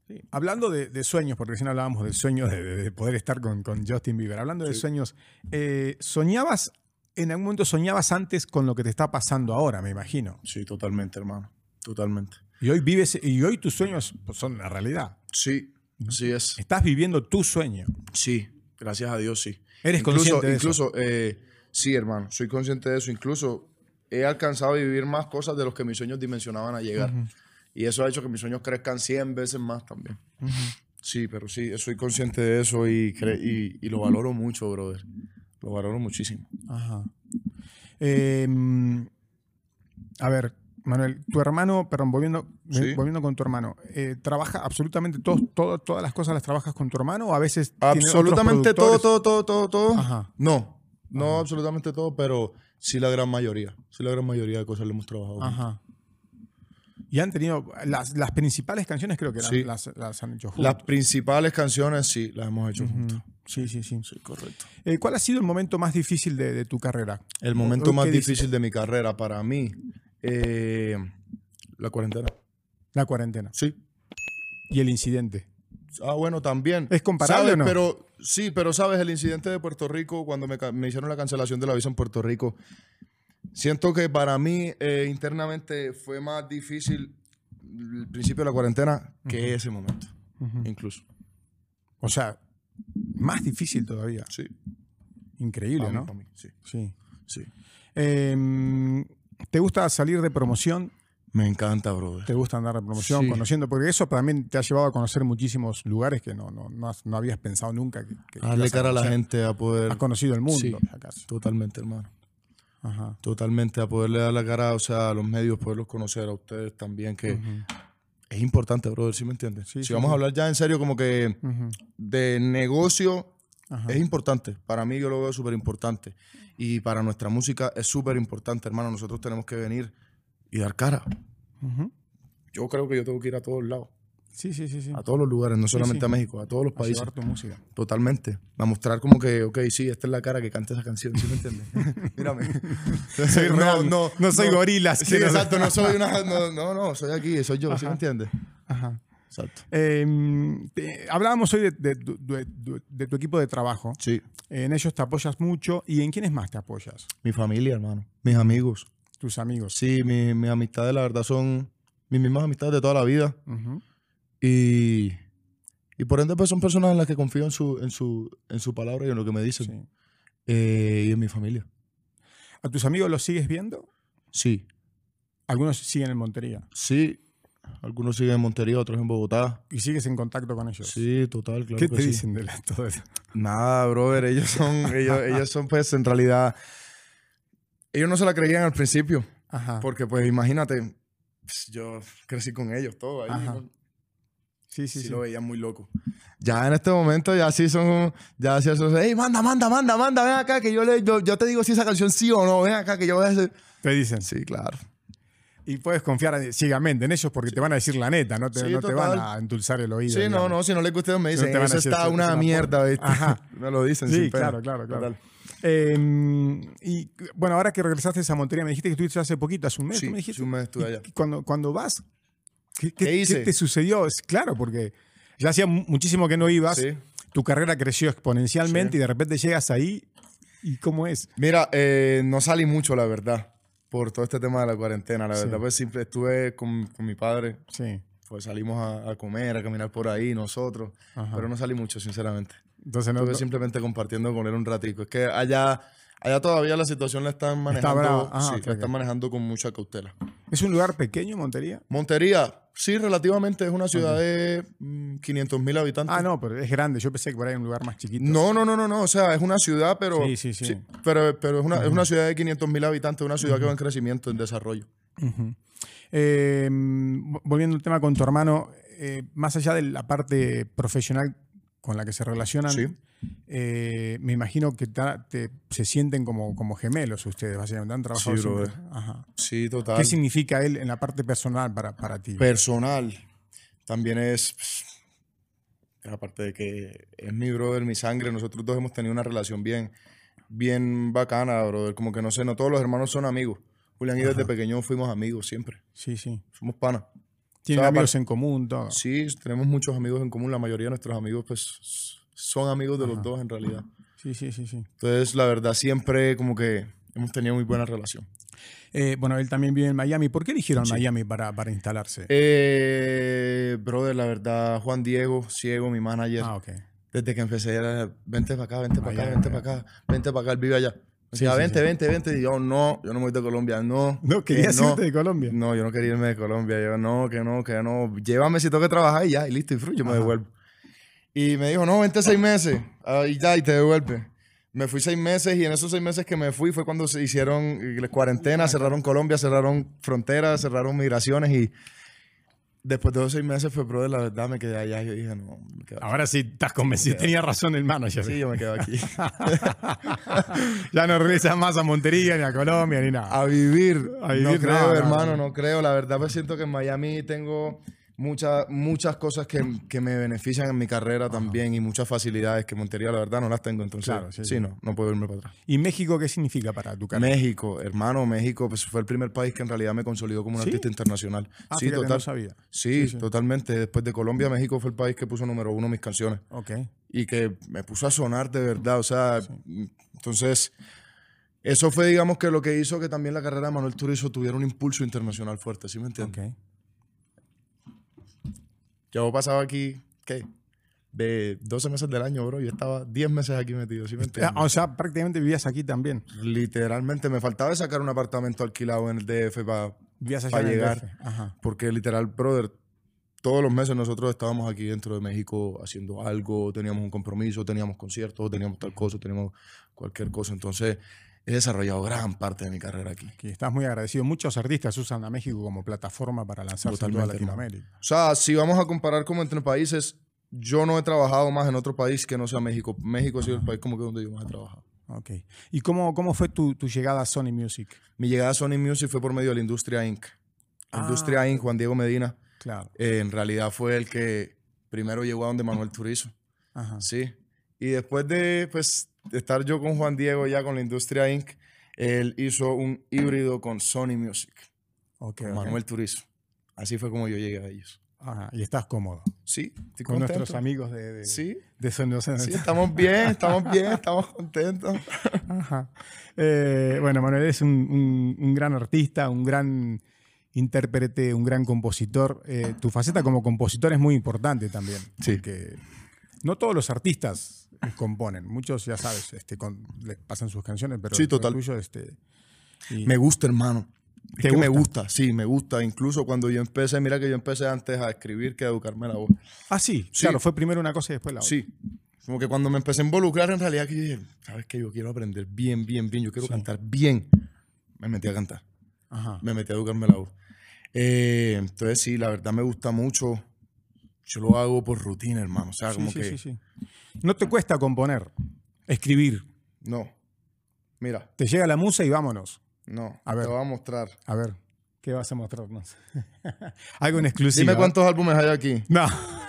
Speaker 1: Sí. Hablando de, de sueños, porque recién hablábamos del sueño de, de- de poder estar con, con Justin Bieber. Hablando de sueños, eh, ¿soñabas, en algún momento soñabas antes con lo que te está pasando ahora, me imagino?
Speaker 2: Sí, totalmente, hermano. Totalmente.
Speaker 1: Y hoy vives, y hoy tus sueños pues, son la realidad.
Speaker 2: Sí, así es.
Speaker 1: Estás viviendo tu sueño.
Speaker 2: Sí, gracias a Dios, sí.
Speaker 1: Eres
Speaker 2: incluso,
Speaker 1: consciente de eso.
Speaker 2: incluso, eh, sí, hermano, soy consciente de eso. Incluso he alcanzado a vivir más cosas de los que mis sueños dimensionaban a llegar. Y eso ha hecho que mis sueños crezcan 100 veces más también. Sí, pero sí, soy consciente de eso y, cre- y, y lo valoro mucho, brother. Lo valoro muchísimo.
Speaker 1: Ajá. Eh, a ver, Manuel, tu hermano, perdón, volviendo,
Speaker 2: Sí.
Speaker 1: volviendo con tu hermano, eh, ¿trabaja absolutamente todo, todo- todas las cosas las trabajas con tu hermano o a veces... tiene otros
Speaker 2: Absolutamente todo,
Speaker 1: productores?
Speaker 2: todo, todo, todo, todo.
Speaker 1: Ajá.
Speaker 2: No, no absolutamente todo, pero sí la gran mayoría. Sí la gran mayoría de cosas le hemos trabajado. juntos.
Speaker 1: Ajá. Y han tenido las, las principales canciones, creo que las-
Speaker 2: Sí.
Speaker 1: las, las han hecho juntos.
Speaker 2: Las principales canciones sí las hemos hecho juntos.
Speaker 1: Sí, sí, sí.
Speaker 2: Sí, correcto.
Speaker 1: Eh, ¿Cuál ha sido el momento más difícil de, de tu carrera?
Speaker 2: El
Speaker 1: ¿Qué
Speaker 2: momento más
Speaker 1: dices?
Speaker 2: difícil de mi carrera para mí, eh, la cuarentena.
Speaker 1: La cuarentena
Speaker 2: Sí.
Speaker 1: y el incidente.
Speaker 2: Ah, bueno, también.
Speaker 1: ¿Es comparable
Speaker 2: ¿Sabes?
Speaker 1: o no?
Speaker 2: Pero, sí, pero sabes, el incidente de Puerto Rico, cuando me, ca- me hicieron la cancelación de la visa en Puerto Rico, siento que para mí eh, internamente fue más difícil el principio de la cuarentena que ese momento, incluso.
Speaker 1: O sea, más difícil todavía.
Speaker 2: Sí.
Speaker 1: Increíble,
Speaker 2: Para mí,
Speaker 1: ¿no?
Speaker 2: para mí, sí,
Speaker 1: Sí.
Speaker 2: sí.
Speaker 1: Eh, ¿Te gusta salir de promoción?
Speaker 2: Me encanta, brother.
Speaker 1: ¿Te gusta andar de promoción,
Speaker 2: Sí.
Speaker 1: conociendo? Porque eso también te ha llevado a conocer muchísimos lugares que no, no, no, has- no habías pensado nunca que, que
Speaker 2: Darle
Speaker 1: ibas a
Speaker 2: cara a la
Speaker 1: conocer.
Speaker 2: gente a poder...
Speaker 1: Has conocido el mundo,
Speaker 2: Sí.
Speaker 1: si acaso.
Speaker 2: Totalmente, hermano.
Speaker 1: Ajá.
Speaker 2: Totalmente, a poderle dar la cara, o sea, a los medios, poderlos conocer a ustedes también, que es importante, brother, ¿sí me entiendes?
Speaker 1: Sí,
Speaker 2: si
Speaker 1: sí,
Speaker 2: vamos
Speaker 1: sí.
Speaker 2: a hablar ya en serio, como que
Speaker 1: Ujú.
Speaker 2: de negocio,
Speaker 1: Ajá.
Speaker 2: es importante. Para mí yo lo veo súper importante. Y para nuestra música es súper importante, hermano. Nosotros tenemos que venir y dar cara.
Speaker 1: Ujú.
Speaker 2: Yo creo que yo tengo que ir a todos lados,
Speaker 1: Sí, sí, sí, sí.
Speaker 2: a todos los lugares, no solamente
Speaker 1: sí.
Speaker 2: a México, a todos los
Speaker 1: A
Speaker 2: países.
Speaker 1: llevar tu música.
Speaker 2: Totalmente. A mostrar como que, ok, sí, esta es la cara que canta esa canción, ¿sí me entiendes? Mírame.
Speaker 1: Soy
Speaker 2: No,
Speaker 1: real,
Speaker 2: no,
Speaker 1: no soy
Speaker 2: no.
Speaker 1: gorilas.
Speaker 2: Sí,
Speaker 1: que no-
Speaker 2: exacto, no soy una. No, no, no, soy aquí, soy yo, ¿sí me entiendes?
Speaker 1: Ajá.
Speaker 2: Exacto.
Speaker 1: Eh, te- hablábamos hoy de, de tu- de- de- de tu equipo de trabajo.
Speaker 2: Sí,
Speaker 1: En ellos te apoyas mucho. ¿Y en quiénes más te apoyas?
Speaker 2: mi familia, hermano, mis amigos.
Speaker 1: Tus amigos.
Speaker 2: Sí, mi- mis amistades, la verdad, son mis mismas amistades de toda la vida.
Speaker 1: Ujú.
Speaker 2: Y, y por ende, pues son personas en las que confío en su, en su, en su palabra y en lo que me dicen.
Speaker 1: Sí.
Speaker 2: Eh, y en mi familia.
Speaker 1: ¿A tus amigos los sigues viendo?
Speaker 2: Sí,
Speaker 1: Algunos siguen en Montería.
Speaker 2: sí. Algunos siguen en Montería, otros en Bogotá.
Speaker 1: ¿Y sigues en contacto con ellos?
Speaker 2: Sí, total, claro
Speaker 1: ¿Qué
Speaker 2: que
Speaker 1: te
Speaker 2: sí.
Speaker 1: dicen de la- todo eso?
Speaker 2: Nada, brother, ellos son, ellos, ellos son pues en realidad, ellos no se la creían al principio,
Speaker 1: Ajá.
Speaker 2: porque pues imagínate, pues, yo crecí con ellos, todo ahí,
Speaker 1: Ajá.
Speaker 2: ¿no?
Speaker 1: sí, sí,
Speaker 2: sí,
Speaker 1: sí.
Speaker 2: lo veían muy loco. Ya en este momento ya sí son, ya sí son, hey, manda, manda, manda, manda, ven acá que yo, le, yo, yo te digo si esa canción sí o no, ven acá que yo voy a hacer.
Speaker 1: Te dicen.
Speaker 2: Sí, claro.
Speaker 1: Y puedes confiar eh, ciegamente en ellos porque te van a decir la neta, no te,
Speaker 2: Sí,
Speaker 1: no te van
Speaker 2: total.
Speaker 1: a endulzar el oído.
Speaker 2: Sí, no,
Speaker 1: digamos.
Speaker 2: no, si no les gusta me
Speaker 1: te
Speaker 2: dicen,
Speaker 1: van a
Speaker 2: eso
Speaker 1: decir,
Speaker 2: está
Speaker 1: "Eso es
Speaker 2: una
Speaker 1: una
Speaker 2: mierda, ¿viste?
Speaker 1: Ajá.
Speaker 2: me lo dicen
Speaker 1: Sí,
Speaker 2: sin pena.
Speaker 1: claro, claro, claro.
Speaker 2: Total.
Speaker 1: Eh, y bueno, ahora que regresaste a Montería, me dijiste que estuviste hace poquito, hace un mes,
Speaker 2: Sí,
Speaker 1: ¿tú me dijiste.
Speaker 2: sí, un mes estuve allá.
Speaker 1: Y Cuando, cuando vas, ¿Qué, qué-
Speaker 2: ¿Qué
Speaker 1: qué
Speaker 2: hice?
Speaker 1: te sucedió? Es claro, porque ya hacía mu- muchísimo que no ibas,
Speaker 2: Sí.
Speaker 1: tu carrera creció exponencialmente
Speaker 2: Sí.
Speaker 1: y de repente llegas ahí y cómo es.
Speaker 2: Mira, eh, no salí mucho, la verdad, por todo este tema de la cuarentena. La
Speaker 1: Sí.
Speaker 2: verdad, pues siempre estuve con, con mi padre,
Speaker 1: Sí.
Speaker 2: pues salimos a, a comer, a caminar por ahí, nosotros,
Speaker 1: Ajá.
Speaker 2: pero no salí mucho, sinceramente.
Speaker 1: Entonces no,
Speaker 2: Estuve
Speaker 1: no-
Speaker 2: simplemente compartiendo con él un ratico. Es que allá, allá todavía la situación la están manejando,
Speaker 1: brava. Ah,
Speaker 2: sí,
Speaker 1: ok,
Speaker 2: la
Speaker 1: ok.
Speaker 2: están manejando con mucha cautela.
Speaker 1: es un lugar pequeño, Montería.
Speaker 2: Montería, sí, relativamente es una ciudad de 500 mil habitantes.
Speaker 1: Ah, no, pero es grande. Yo pensé que por ahí era un lugar más chiquito.
Speaker 2: No, no, no, no, no. O sea, es una ciudad, pero.
Speaker 1: Sí, sí, sí.
Speaker 2: pero pero es, una, es una ciudad de 500 mil habitantes, una ciudad que va en crecimiento, en desarrollo.
Speaker 1: Ujú. Eh, mm, volviendo al tema con tu hermano, eh, más allá de la parte profesional con la que se relacionan,
Speaker 2: Sí.
Speaker 1: eh, me imagino que ta- te- se sienten como, como gemelos ustedes, básicamente. Han trabajado
Speaker 2: Sí,
Speaker 1: siempre.
Speaker 2: brother.
Speaker 1: Ajá.
Speaker 2: Sí, total.
Speaker 1: ¿Qué significa él en la parte personal para, para ti?
Speaker 2: Personal. También es. pss, Aparte de que es mi brother, mi sangre, nosotros dos hemos tenido una relación bien, bien bacana, brother. Como que no sé, no todos los hermanos son amigos. Julián y yo desde pequeño fuimos amigos siempre.
Speaker 1: sí, sí.
Speaker 2: Somos panas.
Speaker 1: Tienen
Speaker 2: O sea,
Speaker 1: amigos en común, todo.
Speaker 2: Sí, tenemos muchos amigos en común. La mayoría de nuestros amigos, pues, son amigos de los dos en realidad.
Speaker 1: Sí, sí, sí, sí.
Speaker 2: Entonces, la verdad, siempre como que hemos tenido muy buena relación.
Speaker 1: Eh, bueno, él también vive en Miami. ¿Por qué eligieron Miami para, para instalarse?
Speaker 2: Eh, brother, la verdad, Juan Diego, Ciego, mi manager,
Speaker 1: ah, ok.
Speaker 2: desde que empecé era, vente para acá, vente para acá,
Speaker 1: Allá,
Speaker 2: vente para
Speaker 1: allá.
Speaker 2: acá, vente para acá, él vive allá. O sea,
Speaker 1: sí,
Speaker 2: vente, vente, vente. Y yo, no, yo no me voy de Colombia, no.
Speaker 1: No,
Speaker 2: que
Speaker 1: querías
Speaker 2: no.
Speaker 1: irte de Colombia.
Speaker 2: No, yo no quería irme de Colombia. Yo, no, que no, que no. Llévame si tengo que trabajar y ya, y listo, y fru, yo me
Speaker 1: Ajá.
Speaker 2: devuelvo. Y me dijo, no, vente seis meses ah, y ya, y te devuelve. Me fui seis meses y en esos seis meses que me fui fue cuando se hicieron eh, la cuarentena, cerraron Colombia, cerraron fronteras, cerraron migraciones y después de esos seis meses fue, brother, la verdad me quedé allá. Yo dije, no, me quedo aquí.
Speaker 1: Ahora sí, estás
Speaker 2: Eh.
Speaker 1: convencido. Tenía razón el manager.
Speaker 2: Sí, yo me quedo aquí.
Speaker 1: Ya no regresas más a Montería, ni a Colombia, ni nada.
Speaker 2: A vivir.
Speaker 1: A vivir,
Speaker 2: no creo,
Speaker 1: no, no,
Speaker 2: hermano,
Speaker 1: no.
Speaker 2: no. creo. La verdad, pues siento que en Miami tengo muchas muchas cosas que, que me benefician en mi carrera también y muchas facilidades que Montería, la verdad, no las tengo. Entonces,
Speaker 1: Claro, sí,
Speaker 2: sí,
Speaker 1: sí.
Speaker 2: no, no puedo irme para atrás.
Speaker 1: ¿Y México qué significa para tu carrera?
Speaker 2: México, hermano, México, pues fue el primer país que en realidad me consolidó como un
Speaker 1: ¿Sí?
Speaker 2: artista internacional.
Speaker 1: Ah,
Speaker 2: sí,
Speaker 1: fíjate,
Speaker 2: total.
Speaker 1: no sabía.
Speaker 2: Sí,
Speaker 1: Sí, sí.
Speaker 2: totalmente. Después de Colombia, México fue el país que puso número uno mis canciones
Speaker 1: Ok.
Speaker 2: y que me puso a sonar de verdad. O sea, entonces, eso fue, digamos, que lo que hizo que también la carrera de Manuel Turizo tuviera un impulso internacional fuerte, ¿sí me entiendes?
Speaker 1: Ok.
Speaker 2: Yo pasaba aquí, ¿qué? De 12 meses del año, bro, yo estaba 10 meses aquí metido, ¿sí me
Speaker 1: Ah,
Speaker 2: entiendes?
Speaker 1: O sea, prácticamente vivías aquí también.
Speaker 2: Literalmente, me faltaba sacar un apartamento alquilado en el DF para
Speaker 1: Vivías allá
Speaker 2: Pa'
Speaker 1: en el
Speaker 2: llegar.
Speaker 1: DF. Ajá.
Speaker 2: Porque literal, brother, todos los meses nosotros estábamos aquí dentro de México haciendo algo, teníamos un compromiso, teníamos conciertos, teníamos tal cosa, teníamos cualquier cosa. Entonces, he desarrollado gran parte de mi carrera aquí.
Speaker 1: Que estás muy agradecido. Muchos artistas usan a México como plataforma para lanzarse en toda
Speaker 2: Totalmente, hermano.
Speaker 1: Latinoamérica.
Speaker 2: O sea, si vamos a comparar como entre países, yo no he trabajado más en otro país que no sea México. México ha sido el país como que donde yo más he trabajado.
Speaker 1: Ok. ¿Y cómo, cómo fue tu, tu llegada a Sony Music?
Speaker 2: Mi llegada a Sony Music fue por medio de la Industria Inc. La
Speaker 1: Ah.
Speaker 2: Industria Inc, Juan Diego Medina,
Speaker 1: Claro.
Speaker 2: eh, en realidad fue el que primero llegó a donde Manuel Turizo.
Speaker 1: Ajá.
Speaker 2: Sí. Y después de pues, de estar yo con Juan Diego ya con la Industria Inc., él hizo un híbrido con Sony Music,
Speaker 1: Ok,
Speaker 2: con
Speaker 1: ok.
Speaker 2: Manuel Turizo. Así fue como yo llegué a ellos.
Speaker 1: Ajá. Y estás cómodo.
Speaker 2: Sí, estoy
Speaker 1: Con
Speaker 2: contento.
Speaker 1: nuestros amigos de, de,
Speaker 2: Sí,
Speaker 1: de Sony Music.
Speaker 2: sí, estamos bien, estamos bien, estamos contentos.
Speaker 1: Ajá. Eh, bueno, Manuel es un, un- un gran artista, un gran intérprete, un gran compositor. Eh, tu faceta como compositor es muy importante también.
Speaker 2: Sí.
Speaker 1: Porque no todos los artistas componen. Muchos, ya sabes, este, con- les pasan sus canciones, pero
Speaker 2: Sí,
Speaker 1: lo
Speaker 2: total.
Speaker 1: tuyo, este, y-
Speaker 2: Me gusta, hermano. Es
Speaker 1: ¿Te
Speaker 2: que me
Speaker 1: gusta?
Speaker 2: gusta, sí, me gusta. Incluso cuando yo empecé, mira que yo empecé antes a escribir que a educarme la voz.
Speaker 1: Ah, sí,
Speaker 2: Sí.
Speaker 1: claro, fue primero una cosa y después la otra.
Speaker 2: Sí. Como que cuando me empecé a involucrar, en realidad que yo dije, ¿sabes qué? Yo quiero aprender bien, bien, bien. Yo quiero
Speaker 1: Sí.
Speaker 2: cantar bien. Me metí a cantar.
Speaker 1: Ajá.
Speaker 2: Me metí a educarme la voz. Eh, entonces, sí, la verdad me gusta mucho. Yo lo hago por rutina, hermano. O sea,
Speaker 1: Sí,
Speaker 2: como
Speaker 1: sí,
Speaker 2: que...
Speaker 1: sí, sí. No te cuesta componer, escribir.
Speaker 2: No. Mira,
Speaker 1: Te llega la musa y vámonos.
Speaker 2: no.
Speaker 1: A ver.
Speaker 2: Te voy a mostrar.
Speaker 1: A ver, ¿qué vas a mostrarnos? Algo en exclusiva.
Speaker 2: Dime cuántos álbumes hay aquí.
Speaker 1: No.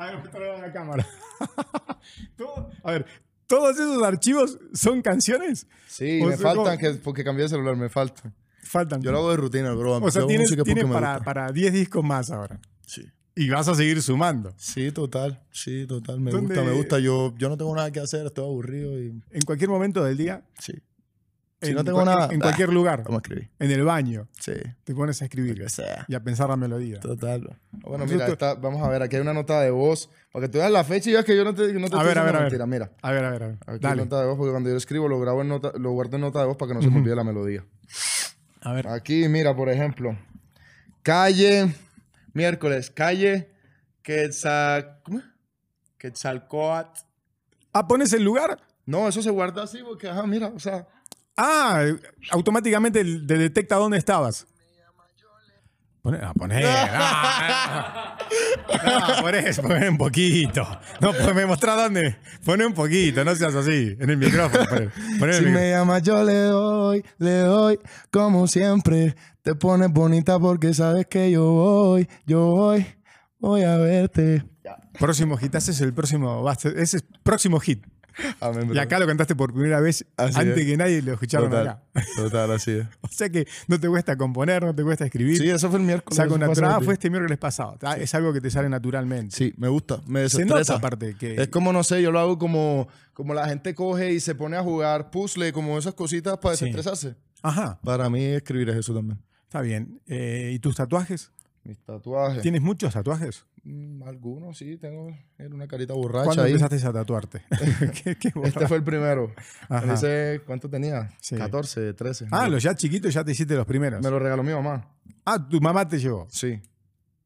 Speaker 1: A ver, muéstralo a la cámara. Todo- a ver, ¿todos esos archivos son canciones?
Speaker 2: Sí,
Speaker 1: O
Speaker 2: me
Speaker 1: sea,
Speaker 2: faltan
Speaker 1: como-
Speaker 2: que- porque cambié de celular, me faltan.
Speaker 1: Faltan.
Speaker 2: Yo lo hago de rutina, bro.
Speaker 1: o sea,
Speaker 2: Yo hago
Speaker 1: tienes,
Speaker 2: música porque
Speaker 1: tienes
Speaker 2: me
Speaker 1: para,
Speaker 2: gusta.
Speaker 1: para 10 discos más ahora.
Speaker 2: Sí.
Speaker 1: Y vas a seguir sumando.
Speaker 2: Sí, total, sí, total. Me
Speaker 1: ¿Dónde-
Speaker 2: gusta, me gusta. Yo, yo no tengo nada que hacer, estoy aburrido y
Speaker 1: En cualquier momento del día.
Speaker 2: sí. Si
Speaker 1: En,
Speaker 2: no tengo
Speaker 1: cualquier-
Speaker 2: nada, ah,
Speaker 1: en cualquier lugar.
Speaker 2: Vamos a escribir.
Speaker 1: En el baño.
Speaker 2: Sí.
Speaker 1: Te pones a escribir
Speaker 2: Que sea.
Speaker 1: y a pensar la melodía.
Speaker 2: Total. Bueno,
Speaker 1: Justo-
Speaker 2: mira, esta- vamos a ver, aquí hay una nota de voz. Para que tú veas la fecha y veas que yo no te, no te
Speaker 1: A
Speaker 2: estoy
Speaker 1: ver, a
Speaker 2: diciendo
Speaker 1: ver, a ver.
Speaker 2: mentira. Mira,
Speaker 1: A ver, a ver, a ver.
Speaker 2: aquí hay
Speaker 1: Dale.
Speaker 2: nota de voz, porque cuando yo escribo lo grabo en nota, lo guardo en nota de voz para que no se me olvide la melodía.
Speaker 1: A ver.
Speaker 2: Aquí, mira, por ejemplo. Calle, miércoles, calle Quetzal... ¿cómo es? Quetzalcóatl.
Speaker 1: Ah, pones el lugar.
Speaker 2: No, eso se guarda así porque, ajá, mira, o sea...
Speaker 1: Ah, automáticamente te detecta dónde estabas. Poner, ah, poner. ah, ah. No, poner, poner un poquito. No, pues me mostrá dónde. Poner un poquito, no seas así. En el micrófono. Poner, poner el
Speaker 2: Si me
Speaker 1: micrófono.
Speaker 2: llamas yo le doy, le doy, como siempre. Te pones bonita porque sabes que yo voy, yo voy, voy a verte.
Speaker 1: Próximo hit. Ese es el próximo. basta, Ese es próximo hit.
Speaker 2: Ah,
Speaker 1: Y acá lo cantaste por primera vez
Speaker 2: Así
Speaker 1: antes
Speaker 2: es.
Speaker 1: que nadie lo escucharon acá.
Speaker 2: total, total, así es.
Speaker 1: O sea que no te cuesta componer, no te cuesta escribir.
Speaker 2: Sí, eso fue el miércoles.
Speaker 1: Saca
Speaker 2: eso
Speaker 1: una
Speaker 2: fue hace
Speaker 1: entrada,
Speaker 2: rato.
Speaker 1: fue este miércoles pasado. Ah, Es algo que te sale naturalmente.
Speaker 2: Sí, me gusta, me
Speaker 1: Se nota
Speaker 2: desestresa.
Speaker 1: aparte que...
Speaker 2: Es como, no sé, yo lo hago como, como la gente coge y se pone a jugar puzzle, como esas cositas para
Speaker 1: Sí.
Speaker 2: desestresarse.
Speaker 1: Ajá,
Speaker 2: Para mí escribir es eso también.
Speaker 1: está bien. Eh, ¿Y tus tatuajes?
Speaker 2: Mis tatuajes.
Speaker 1: ¿Tienes muchos tatuajes?
Speaker 2: Mm, Algunos sí, tengo era una carita borracha
Speaker 1: ¿Cuándo
Speaker 2: ahí.
Speaker 1: empezaste a tatuarte? ¿Qué- qué borra-
Speaker 2: Este fue el primero.
Speaker 1: Ajá.
Speaker 2: Ese, ¿Cuánto tenía?
Speaker 1: Sí.
Speaker 2: 14, 13.
Speaker 1: Ah,
Speaker 2: me,
Speaker 1: los ya chiquitos ya te hiciste los primeros.
Speaker 2: me lo regaló mi mamá.
Speaker 1: Ah, tu mamá te llevó.
Speaker 2: Sí.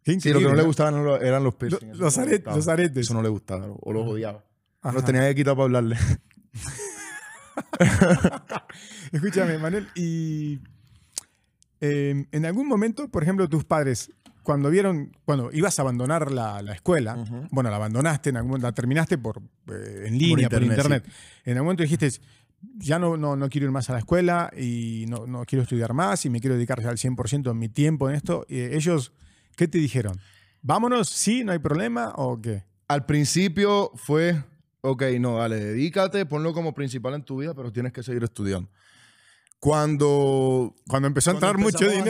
Speaker 1: Qué
Speaker 2: Sí, lo que no
Speaker 1: increíble.
Speaker 2: le gustaba no lo- eran los piercings.
Speaker 1: Lo- los,
Speaker 2: eso no le
Speaker 1: are-
Speaker 2: gustaba.
Speaker 1: los aretes.
Speaker 2: Eso no le gustaba o los odiaba.
Speaker 1: Ajá.
Speaker 2: Los tenía que quitar para hablarle.
Speaker 1: Escúchame, Manuel, y eh, en algún momento, por ejemplo, tus padres, cuando vieron, cuando ibas a abandonar la, la escuela, bueno, la abandonaste, en algún momento, la terminaste por, eh, en línea, por internet,
Speaker 2: internet,
Speaker 1: en algún momento dijiste, ya no, no, no quiero ir más a la escuela y no, no quiero estudiar más y me quiero dedicar al 100% de mi tiempo en esto, eh, ellos, ¿qué te dijeron? ¿Vámonos? ¿Sí? ¿No hay problema? ¿O qué?
Speaker 2: Al principio fue, ok, no, dale, dedícate, ponlo como principal en tu vida, pero tienes que seguir estudiando. Cuando...
Speaker 1: Cuando empezó a
Speaker 2: cuando
Speaker 1: entrar mucho
Speaker 2: empezamos a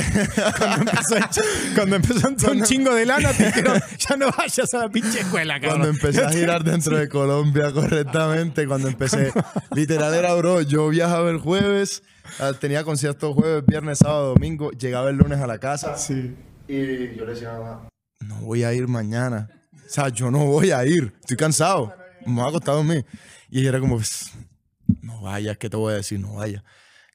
Speaker 1: dinero.
Speaker 2: mirar-
Speaker 1: cuando empezó, a echar- cuando empezó a entrar un chingo de lana, te dijeron, ya no vayas a la pinche escuela, cabrón.
Speaker 2: Cuando em empecé a girar dentro de Colombia correctamente, cuando empecé, literal era, bro, yo viajaba el jueves, ah, tenía conciertos jueves, viernes, sábado, domingo, llegaba el lunes a la casa
Speaker 1: Sí.
Speaker 2: y yo le decía a mi mamá, no voy a ir mañana. O sea, yo no voy a ir, estoy cansado, me ha costado a mí. Y ella era como, "Pues, no vayas, ¿qué te voy a decir? No vayas.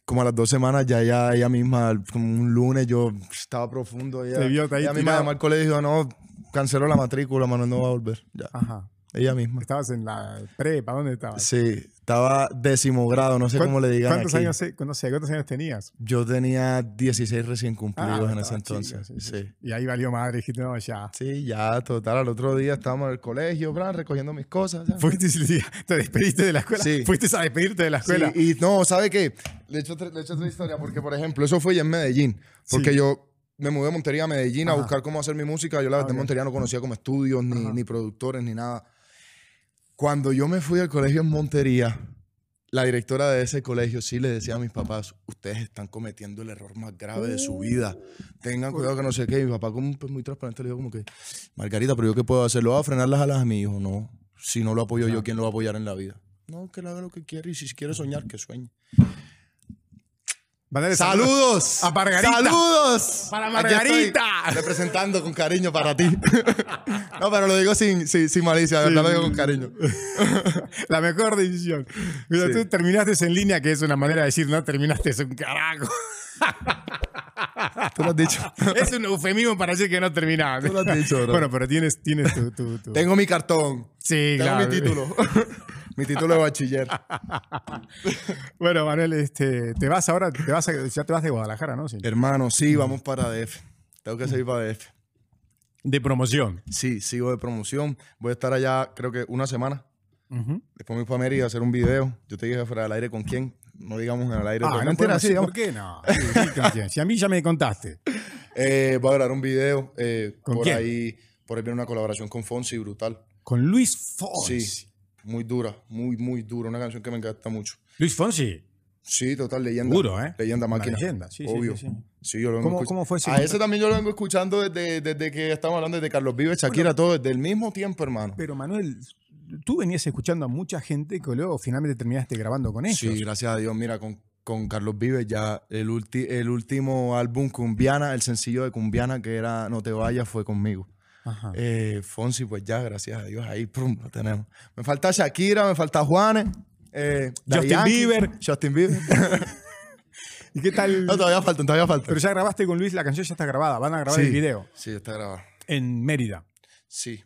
Speaker 2: Como a las dos semanas ya ella, ella misma, como un lunes yo estaba profundo, ella,
Speaker 1: Te vio ahí
Speaker 2: ella misma
Speaker 1: tirado.
Speaker 2: llamó al colegio y dijo, no, canceló la matrícula, Manuel no va a volver. Ya.
Speaker 1: Ajá.
Speaker 2: Ella misma.
Speaker 1: Estabas en la prepa, ¿dónde estabas?
Speaker 2: Sí, estaba décimo grado, no sé cómo le digan
Speaker 1: ¿Cuántos
Speaker 2: aquí.
Speaker 1: años, eh, no sé, ¿Cuántos años tenías?
Speaker 2: Yo tenía 16 recién
Speaker 1: Ah,
Speaker 2: cumplidos en ese
Speaker 1: estaba
Speaker 2: entonces.
Speaker 1: chico, sí,
Speaker 2: sí.
Speaker 1: Y ahí valió madre, dijiste, no, ya.
Speaker 2: Sí, ya, total. Al otro día estábamos en el colegio, bra, recogiendo mis cosas. ¿sabes?
Speaker 1: Fuiste, y sí, te despediste de la escuela.
Speaker 2: Sí.
Speaker 1: Fuiste a despedirte de la
Speaker 2: Sí,
Speaker 1: escuela.
Speaker 2: y no, ¿sabe qué? Le he hecho, otra- le he hecho otra historia, porque por ejemplo, eso fue ya en Medellín. Porque
Speaker 1: Sí.
Speaker 2: yo me mudé de Montería a Medellín
Speaker 1: Ajá.
Speaker 2: a buscar cómo hacer mi música. Yo la verdad
Speaker 1: ok.
Speaker 2: en Montería no conocía como estudios, ni,
Speaker 1: Ajá.
Speaker 2: ni productores, ni nada. Cuando yo me fui al colegio en Montería, la directora de ese colegio sí le decía a mis papás, ustedes están cometiendo el error más grave de su vida. Tengan cuidado que no sé qué. Y mi papá como pues, muy transparente le dijo como que, Margarita, pero yo qué puedo hacer, ¿lo voy a frenar las alas a mi hijo? No, si no lo apoyo yo, ¿quién lo va a apoyar en la vida? No, que le haga lo que quiere y si quiere soñar, que sueñe.
Speaker 1: Mandale
Speaker 2: ¡Saludos!
Speaker 1: A Margarita.
Speaker 2: ¡Saludos!
Speaker 1: Para
Speaker 2: Aquí estoy
Speaker 1: Margarita.
Speaker 2: Representando con cariño para ti. No, pero lo digo sin, sin, sin malicia, de verdad lo digo con cariño.
Speaker 1: La mejor decisión. Mira,
Speaker 2: Sí.
Speaker 1: tú terminaste en línea, que es una manera de decir, no terminaste, es un carajo.
Speaker 2: Tú lo has dicho.
Speaker 1: Es un eufemismo para decir que no terminaste.
Speaker 2: Tú lo has dicho, bro.
Speaker 1: Bueno, pero tienes, tienes tu. tu- tu-
Speaker 2: Tengo mi cartón.
Speaker 1: Sí,
Speaker 2: Tengo
Speaker 1: claro.
Speaker 2: mi título. mi título de bachiller.
Speaker 1: Bueno, Manuel, este, te vas ahora, te vas a- ya te vas de Guadalajara, ¿no? Sí.
Speaker 2: Hermano, sí, vamos para DF. Tengo que seguir para DF.
Speaker 1: De promoción.
Speaker 2: Sí, sigo de promoción. Voy a estar allá creo que una semana. Después me voy para Mérida a hacer un video. Yo te dije fuera del aire con quién. No digamos en el aire.
Speaker 1: Ah,
Speaker 2: porque
Speaker 1: no enteras,
Speaker 2: podemos decir,
Speaker 1: ¿por qué no? Sí, sí, con quién. Si a mí ya me contaste.
Speaker 2: Eh, voy a grabar un video. eh,
Speaker 1: ¿Con
Speaker 2: por
Speaker 1: quién?
Speaker 2: ahí. Por ahí viene una colaboración con Fonsi brutal.
Speaker 1: Con Luis Fonsi.
Speaker 2: Sí. Muy dura, muy, muy dura. Una canción que me encanta mucho.
Speaker 1: Luis Fonsi.
Speaker 2: Sí, total, leyenda.
Speaker 1: Duro, ¿eh?
Speaker 2: Leyenda
Speaker 1: Una
Speaker 2: máquina.
Speaker 1: leyenda, sí, sí,
Speaker 2: obvio.
Speaker 1: sí, sí.
Speaker 2: yo lo vengo
Speaker 1: ¿Cómo-
Speaker 2: escuch-
Speaker 1: cómo fue ese
Speaker 2: A ese
Speaker 1: contacto?
Speaker 2: también yo lo vengo escuchando desde, desde que estamos hablando, desde Carlos Vives, Shakira, todo, desde el mismo tiempo, hermano.
Speaker 1: Pero Manuel, tú venías escuchando a mucha gente que luego finalmente terminaste grabando con ellos.
Speaker 2: Sí, gracias a Dios. Mira, con, con Carlos Vives ya el, ulti- el último álbum Cumbiana, el sencillo de Cumbiana que era No te vayas fue conmigo.
Speaker 1: Ajá.
Speaker 2: Eh, Fonsi, pues ya, gracias a Dios, ahí prum, lo tenemos. Me falta Shakira, me falta Juanes. eh, Daddy
Speaker 1: Justin
Speaker 2: Yankee,
Speaker 1: Bieber.
Speaker 2: Justin Bieber.
Speaker 1: ¿Y qué tal?
Speaker 2: No, todavía faltan, todavía faltan.
Speaker 1: Pero ya grabaste con Luis, la canción ya está grabada, van a grabar
Speaker 2: Sí.
Speaker 1: el video
Speaker 2: Sí, está grabado.
Speaker 1: en Mérida.
Speaker 2: Sí,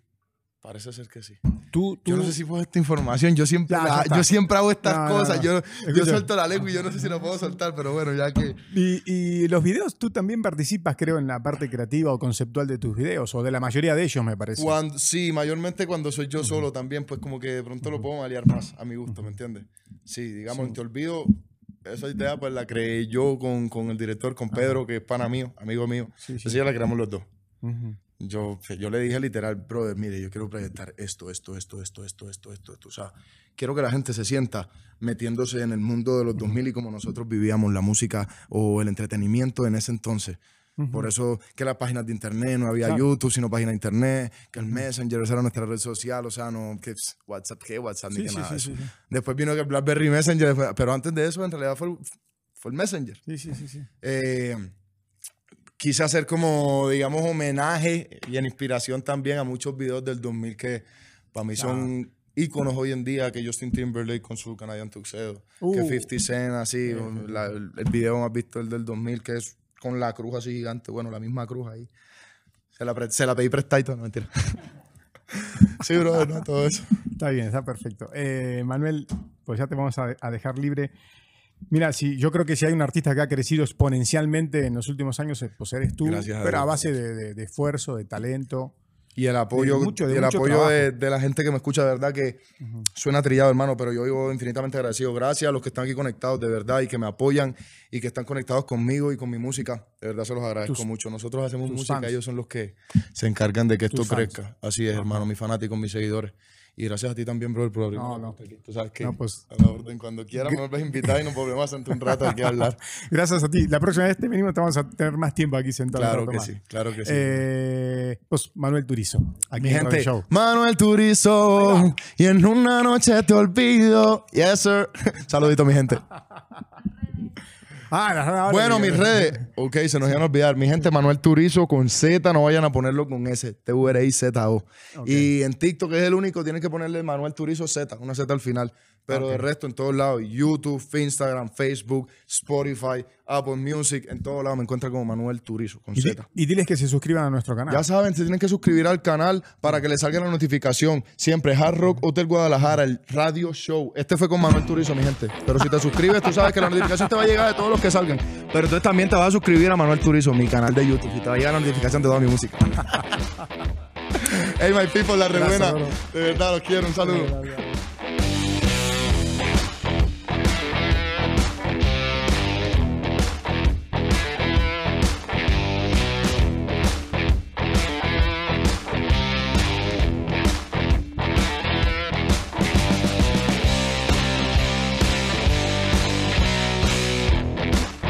Speaker 2: parece ser que sí.
Speaker 1: Tú, tú
Speaker 2: Yo no sé si puedo esta información. Yo siempre,
Speaker 1: Ya,
Speaker 2: la-
Speaker 1: ya está.
Speaker 2: yo siempre hago estas
Speaker 1: No, no,
Speaker 2: cosas.
Speaker 1: no.
Speaker 2: Yo, yo
Speaker 1: Escucha.
Speaker 2: suelto la lengua y yo no sé si la puedo soltar, pero bueno, ya que.
Speaker 1: y, y los videos, tú también participas, creo, en la parte creativa o conceptual de tus videos, o de la mayoría de ellos, me parece.
Speaker 2: Cuando, sí, mayormente cuando soy yo solo también, pues como que de pronto lo puedo malear más a mi gusto, ¿me entiendes? Sí, digamos, en Te Olvido, esa idea pues la creé yo con, con el director, con Pedro, que es pana mío, amigo mío.
Speaker 1: Sí, sí.
Speaker 2: Así ya la creamos los dos.
Speaker 1: Ujú.
Speaker 2: Yo, yo le dije literal, brother, mire, yo quiero proyectar esto, esto, esto, esto, esto, esto, esto, esto. O sea, quiero que la gente se sienta metiéndose en el mundo de los 2000 y como nosotros vivíamos la música o el entretenimiento en ese entonces. Por eso que las páginas de internet, no había
Speaker 1: Claro.
Speaker 2: YouTube, sino páginas de internet, que el Messenger, esa era nuestra red social, o sea, no, que pss, WhatsApp, que WhatsApp, ni
Speaker 1: Sí,
Speaker 2: que
Speaker 1: sí,
Speaker 2: nada. de
Speaker 1: sí,
Speaker 2: eso.
Speaker 1: sí, sí.
Speaker 2: Después vino que el BlackBerry Messenger, después- pero antes de eso, en realidad fue, el- fue el Messenger
Speaker 1: Sí, sí, sí, sí.
Speaker 2: eh, quise hacer como, digamos, homenaje y en inspiración también a muchos videos del 2000 que para mí son íconos hoy en día, que Justin Timberlake con su Canadian Tuxedo, que
Speaker 1: Uh.
Speaker 2: 50 Cent así, la- el, el video más visto el del 2000 que es con la cruz así gigante, bueno, la misma cruz ahí. Se la, pre- se la pedí prestada y todo, no mentira. sí, bro, no, todo eso.
Speaker 1: Está bien, está perfecto. Eh, Manuel, pues ya te vamos a, de- a dejar libre. Mira, si, yo creo que si hay un artista que ha crecido exponencialmente en los últimos años, eh, pues eres tú,
Speaker 2: Gracias a
Speaker 1: pero a
Speaker 2: Dios.
Speaker 1: base de, de- de esfuerzo, de talento.
Speaker 2: Y el apoyo,
Speaker 1: De mucho- de
Speaker 2: y el
Speaker 1: mucho
Speaker 2: apoyo de, de la gente que me escucha, de verdad que suena trillado, hermano, pero yo vivo infinitamente agradecido. Gracias a los que están aquí conectados, de verdad, y que me apoyan y que están conectados conmigo y con mi música. De verdad se los agradezco
Speaker 1: Tus-
Speaker 2: mucho. Nosotros hacemos
Speaker 1: tus
Speaker 2: música,
Speaker 1: fans.
Speaker 2: ellos son los que se encargan de que esto
Speaker 1: Tus fans.
Speaker 2: crezca. Así es, hermano, mis fanáticos, mis seguidores. Y gracias a ti también, brother, por abrirme
Speaker 1: No,
Speaker 2: la
Speaker 1: no.
Speaker 2: puerta aquí. Tú sabes que
Speaker 1: No, pues.
Speaker 2: a la orden, cuando quieras me vuelves a invitar y nos volvemos a sentar un rato aquí a hablar.
Speaker 1: Gracias a ti. La próxima vez te venimos, te vamos a tener más tiempo aquí sentado.
Speaker 2: Claro
Speaker 1: un rato
Speaker 2: que
Speaker 1: más.
Speaker 2: sí, claro que sí.
Speaker 1: Eh, pues Manuel Turizo, aquí
Speaker 2: Mi
Speaker 1: en Radio
Speaker 2: gente,
Speaker 1: Show.
Speaker 2: Manuel Turizo, y en una noche te olvido. Yes, sir. Saludito, mi gente.
Speaker 1: Ah, las ahora-
Speaker 2: Bueno, mis redes. Ok, se nos iban a olvidar. Mi gente, Manuel Turizo con Z, no vayan a ponerlo con S. t u r i z o Y en TikTok, que es el único, tienen que ponerle Manuel Turizo Z, una Z al final. Pero el resto en todos lados: YouTube, Instagram, Facebook, Spotify, Apple Music, en todos lados me encuentran como Manuel Turizo con
Speaker 1: Y, di-
Speaker 2: Z.
Speaker 1: y diles que se suscriban a nuestro canal.
Speaker 2: Ya saben, se tienen que suscribir al canal para que les salga la notificación. Siempre Hard Rock Hotel Guadalajara, el radio show. Este fue con Manuel Turizo, mi gente. Pero si te suscribes, tú sabes que la notificación te va a llegar de todos los que salgan. Pero entonces también te vas a suscribir a Manuel Turizo, mi canal de YouTube, y te va a llegar la notificación de toda mi música. hey, my people, la rebuena.
Speaker 1: bro.
Speaker 2: De verdad, los quiero. Un saludo.